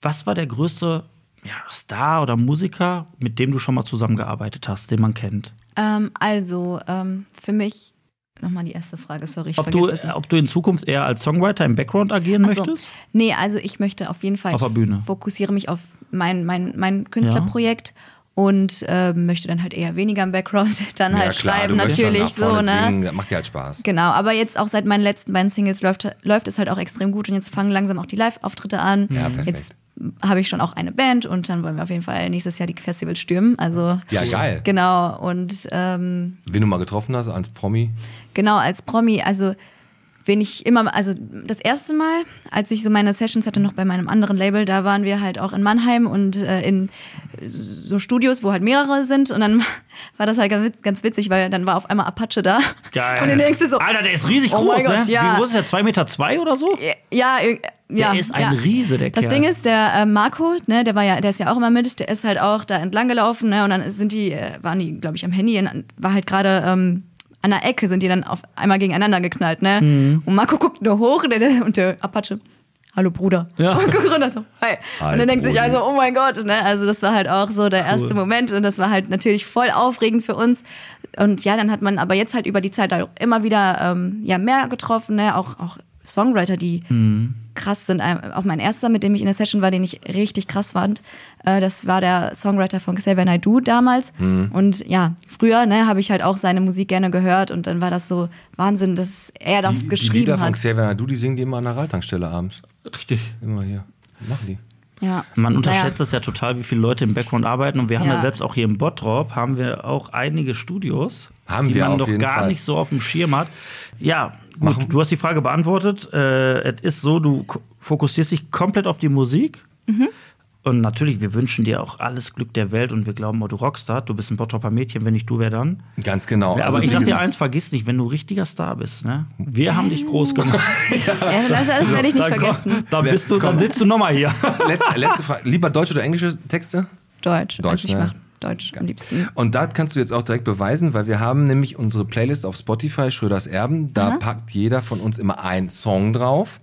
S3: was war der größte ja, Star oder Musiker, mit dem du schon mal zusammengearbeitet hast, den man kennt?
S10: ähm, also, ähm, für mich, nochmal die erste Frage, sorry, ich
S3: Ob
S10: vergesse
S3: du,
S4: äh,
S10: es.
S3: ob du in Zukunft eher als Songwriter im Background agieren
S10: Ach so.
S3: möchtest?
S10: Nee, also ich möchte auf jeden Fall,
S3: Auf der Bühne.
S10: ich fokussiere mich auf mein, mein, mein Künstlerprojekt und äh, möchte dann halt eher weniger im Background dann
S4: Ja,
S10: halt
S4: klar, du
S10: schreiben,
S4: möchtest
S10: natürlich
S4: dann nach
S10: so,
S4: vorne
S10: ne?
S4: Singen, das macht dir halt Spaß.
S10: Genau, aber jetzt auch seit meinen letzten beiden Singles läuft, läuft es halt auch extrem gut und jetzt fangen langsam auch die Live-Auftritte an.
S4: Ja, perfekt.
S10: Jetzt habe ich schon auch eine Band und dann wollen wir auf jeden Fall nächstes Jahr die Festivals stürmen. Also
S4: Ja, geil.
S10: Genau und ähm,
S4: Wen du mal getroffen hast als Promi?
S10: Genau, als Promi, also wenn ich immer, also das erste Mal, als ich so meine Sessions hatte, noch bei meinem anderen Label, da waren wir halt auch in Mannheim und äh, in so Studios, wo halt mehrere sind und dann war das halt ganz witz- ganz witzig, weil dann war auf einmal Apache da.
S3: Geil.
S10: Und der nächste so.
S3: Alter, der ist riesig
S10: oh
S3: groß,
S10: mein Gott,
S3: ne?
S10: Ja.
S3: Wie groß ist der? 2,2 Meter zwei oder so?
S10: Ja, irg- ja,
S3: Der ist ein
S10: ja.
S3: Riese, der
S10: Das
S3: Kerl.
S10: Ding ist, der äh, Marco, ne, der war ja, der ist ja auch immer mit, der ist halt auch da entlang gelaufen, ne, und dann sind die, äh, waren die, glaube ich, am Handy, und war halt gerade ähm, an der Ecke, sind die dann auf einmal gegeneinander geknallt, ne?
S13: Mhm.
S10: Und Marco guckt nur hoch und der, und der Apache, hallo Bruder.
S13: Ja.
S10: Und guckt runter so, hi. und
S13: Hi,
S10: dann denkt sich
S13: Brudi.
S10: also, oh mein Gott, ne? Also das war halt auch so der
S13: Cool.
S10: erste Moment und das war halt natürlich voll aufregend für uns. Und ja, dann hat man aber jetzt halt über die Zeit auch immer wieder ähm, ja, mehr getroffen, ne? auch, auch Songwriter, die
S3: Mhm.
S10: krass sind. Ein- Auch mein erster, mit dem ich in der Session war, den ich richtig krass fand, äh, das war der Songwriter von Xavier Naidoo damals.
S13: Mhm.
S10: Und ja, früher ne, habe ich halt auch seine Musik gerne gehört und dann war das so Wahnsinn, dass er das
S4: die, die
S10: geschrieben
S4: Lieder von
S10: hat.
S4: Xavier Nadu, die singen die immer an der Raltankstelle abends.
S3: Richtig.
S4: Immer hier. Machen die.
S10: Ja.
S3: Man
S10: Naja.
S3: unterschätzt es ja total, wie viele Leute im Background arbeiten. Und wir haben ja,
S10: Ja.
S3: selbst auch hier im Bottrop haben wir auch einige Studios,
S4: Haben
S3: die
S4: wir
S3: man
S4: auf
S3: doch
S4: jeden
S3: gar
S4: Fall.
S3: nicht so auf dem Schirm hat. Ja, gut, du hast die Frage beantwortet. Äh, es ist so, du k- fokussierst dich komplett auf die Musik.
S13: Mhm.
S3: Und natürlich, wir wünschen dir auch alles Glück der Welt und wir glauben, oh, du Rockstar, du bist ein Bottroper Mädchen, wenn nicht du, wer dann?
S4: Ganz genau.
S3: Aber
S4: Also,
S3: ich
S4: wie
S3: sag dir
S4: gesagt-
S3: eins, vergiss nicht, wenn du richtiger Star bist, ne? Wir haben dich groß gemacht.
S10: Ja, das, das werde ich Äh, nicht
S3: Dann komm,
S10: vergessen.
S3: Dann, bist du,
S4: Komm.
S3: dann sitzt du nochmal hier.
S4: Letzte, letzte Frage. Lieber deutsche oder englische Texte?
S10: Deutsch.
S4: Deutsch,
S10: also ich
S4: ne?
S10: mach Deutsch am liebsten.
S4: Und das kannst du jetzt auch direkt beweisen, weil wir haben nämlich unsere Playlist auf Spotify, Schröders Erben. Da
S10: Aha.
S4: packt jeder von uns immer einen Song drauf.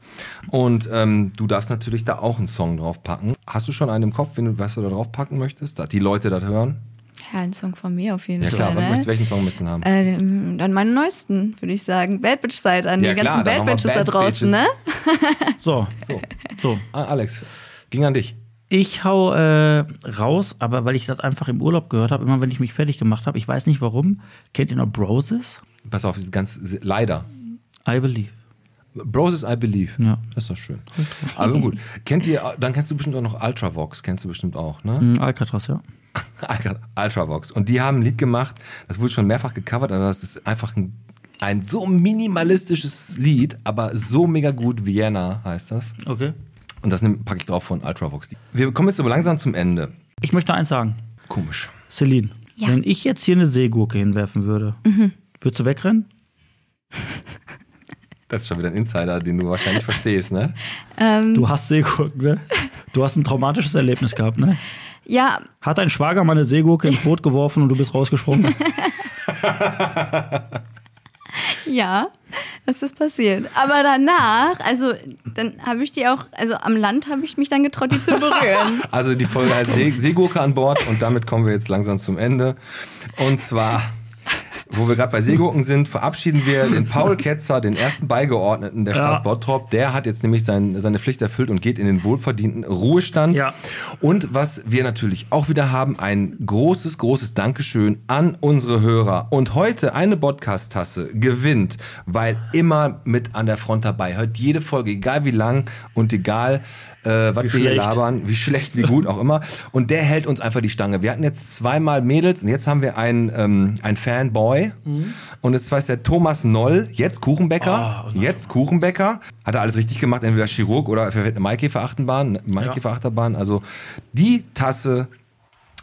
S4: Und ähm, du darfst natürlich da auch einen Song drauf packen. Hast du schon einen im Kopf, wenn du, was du da drauf packen möchtest, dass die Leute das hören?
S10: Ja, ein Song von mir auf jeden
S4: Ja klar,
S10: Fall.
S4: was
S10: ne?
S4: möchtest- welchen Song möchtest du haben?
S10: Ähm, dann meinen neuesten, würde ich sagen. Bad Bitch Side an
S4: Ja,
S10: die
S4: klar, dann
S10: ganzen Bad
S4: machen wir
S10: Bitches da
S4: Bad
S10: draußen, ne?
S3: So.
S4: So.
S3: so.
S4: Ah, Alex, ging an dich.
S3: Ich hau äh, raus, aber weil ich das einfach im Urlaub gehört habe, immer wenn ich mich fertig gemacht habe, ich weiß nicht warum. Kennt ihr noch Broses?
S4: Pass auf, ist ganz leider.
S3: I believe.
S4: Broses I Believe.
S3: Ja.
S4: Das ist doch schön. Aber gut. Kennt ihr, dann kennst du bestimmt auch noch Ultravox, kennst du bestimmt auch, ne?
S3: Mm, Alcatraz, ja.
S4: Alca- Ultravox. Und die haben ein Lied gemacht, das wurde schon mehrfach gecovert, aber das ist einfach ein, ein so minimalistisches Lied, aber so mega gut. Vienna heißt das.
S3: Okay.
S4: Und das nimm- packe ich drauf von Ultravox. Wir kommen jetzt aber langsam zum Ende.
S3: Ich möchte eins sagen.
S4: Komisch.
S3: Celine,
S10: Ja.
S3: wenn ich jetzt hier eine Seegurke hinwerfen würde,
S10: Mhm.
S3: würdest du wegrennen?
S4: Das ist schon wieder ein Insider, den du wahrscheinlich verstehst, ne?
S10: Ähm,
S3: Du hast Seegurken, ne? Du hast ein traumatisches Erlebnis gehabt, ne?
S10: ja,
S3: Hat dein Schwager mal eine Seegurke ins Boot geworfen und du bist rausgesprungen?
S10: ja, das ist passiert. Aber danach, also dann habe ich die auch, also am Land habe ich mich dann getraut, die zu berühren.
S4: Also die Folge heißt See Seegurke an Bord und damit kommen wir jetzt langsam zum Ende. Und zwar, wo wir gerade bei Seegurken sind, verabschieden wir den Paul Ketzer, den ersten Beigeordneten der Stadt
S3: Ja.
S4: Bottrop. Der hat jetzt nämlich sein, seine Pflicht erfüllt und geht in den wohlverdienten Ruhestand. Und was wir natürlich auch wieder haben, ein großes, großes Dankeschön an unsere Hörer. Und heute eine Podcast-Tasse gewinnt, weil immer mit an der Front dabei. Hört jede Folge, egal wie lang und egal, äh, was wir hier
S3: schlecht.
S4: labern labern, wie schlecht, wie gut auch immer. Und der hält uns einfach die Stange. Wir hatten jetzt zweimal Mädels und jetzt haben wir einen, ähm, einen Fanboy. Und es heißt der Thomas Noll, jetzt Kuchenbäcker. jetzt Kuchenbäcker. Hat er alles richtig gemacht, entweder Chirurg oder verfährt eine Maikäferachterbahn. Maikäferachterbahn. Also die Tasse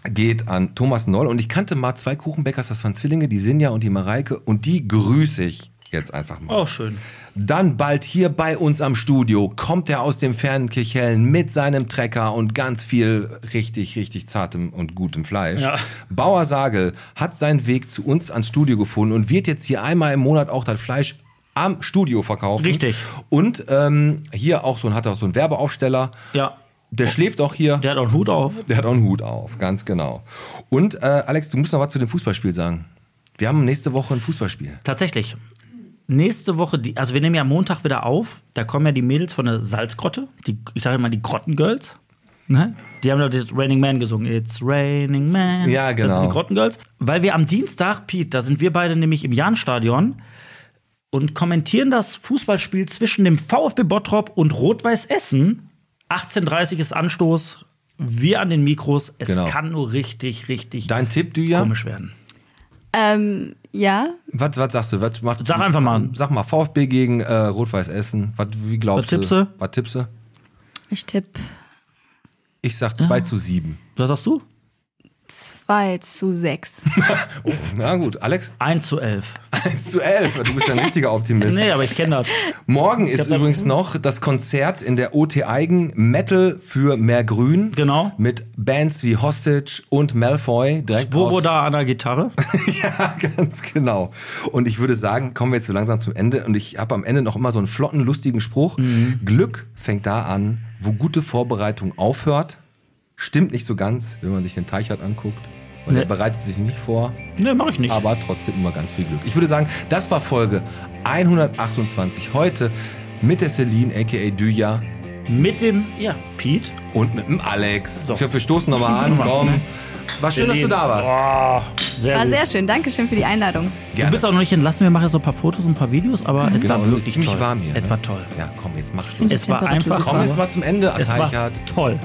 S4: geht an Thomas Noll. Und ich kannte mal zwei Kuchenbäckers, das waren Zwillinge, die Sinja und die Mareike. Und die grüße ich jetzt einfach mal.
S3: Auch schön.
S4: Dann bald hier bei uns am Studio kommt er aus dem fernen Kirchhellen mit seinem Trecker und ganz viel richtig, richtig zartem und gutem Fleisch.
S3: Ja.
S4: Bauer Sagel hat seinen Weg zu uns ans Studio gefunden und wird jetzt hier einmal im Monat auch das Fleisch am Studio verkaufen.
S3: Richtig.
S4: Und ähm, hier auch so ein, hat er auch so einen Werbeaufsteller.
S3: Ja.
S4: Der schläft auch hier.
S3: Der hat auch einen Hut auf.
S4: Der hat auch einen Hut auf, ganz genau. Und äh, Alex, du musst noch was zu dem Fußballspiel sagen. Wir haben nächste Woche ein Fußballspiel.
S3: Tatsächlich. Nächste Woche, die, also wir nehmen ja Montag wieder auf, da kommen ja die Mädels von der Salzgrotte, die, ich sage immer die Grottengirls. Ne? Die haben doch jetzt Raining Man gesungen. It's Raining Man.
S4: Ja,
S3: Das
S4: genau.
S3: sind die Grottengirls. Weil wir am Dienstag, Pete, da sind wir beide nämlich im Jahnstadion und kommentieren das Fußballspiel zwischen dem VfB Bottrop und Rot-Weiß Essen. 18.30 ist Anstoß. Wir an den Mikros. Es
S4: Genau.
S3: kann nur richtig, richtig
S4: Dein Tipp, Düja?
S3: komisch werden.
S10: ähm, ja,
S4: Was, was sagst du? Was macht,
S3: Sag einfach mal.
S4: Sag mal, VfB gegen äh, Rot-Weiß Essen. Was, wie glaubst
S3: Was tippst du?
S4: Was tippst du?
S10: ich tippe
S4: Ich sag 2
S3: Ah.
S4: zu 7.
S3: Was sagst du?
S10: 2 zu 6.
S4: Oh, na gut, Alex,
S3: 1 zu 11.
S4: 1 zu 11. Du bist ein richtiger Optimist.
S3: Nee, aber ich kenne das.
S4: Morgen ist übrigens noch das Konzert in der OT Eigen Metal für mehr Grün.
S3: Genau.
S4: Mit Bands wie Hostage und Malfoy. Direkt
S3: Wo
S4: aus-
S3: da an der Gitarre?
S4: Ja, ganz genau. Und ich würde sagen, kommen wir jetzt so langsam zum Ende. Und ich habe am Ende noch immer so einen flotten, lustigen Spruch.
S3: Mhm.
S4: Glück fängt da an, wo gute Vorbereitung aufhört. Stimmt nicht so ganz, wenn man sich den Teichert anguckt. Weil er
S3: Nee.
S4: bereitet sich nicht vor,
S3: Ne, mach ich nicht.
S4: aber trotzdem immer ganz viel Glück. Ich würde sagen, das war Folge 128 heute mit der Celine, a.k.a. Düja
S3: Mit dem, ja, Pete.
S4: und mit dem Alex.
S3: So.
S4: Ich glaube, wir stoßen nochmal an. Komm. War schön, dass du da warst.
S3: warst. sehr
S10: War
S3: gut.
S10: sehr schön, Dankeschön für die Einladung.
S3: du bist auch noch nicht entlassen. Wir machen jetzt so ein paar Fotos und ein paar Videos, aber es
S4: Genau,
S3: war
S4: es
S3: wirklich
S4: ist ziemlich
S3: toll.
S4: warm hier.
S3: Es war
S4: ne?
S3: toll.
S4: Ja, komm, jetzt mach's.
S10: finde
S4: los.
S3: Es
S10: die
S3: war
S10: Temperatur
S3: einfach.
S4: Komm
S3: nur-
S4: jetzt mal zum Ende,
S3: Es
S4: Teichhardt.
S3: war toll.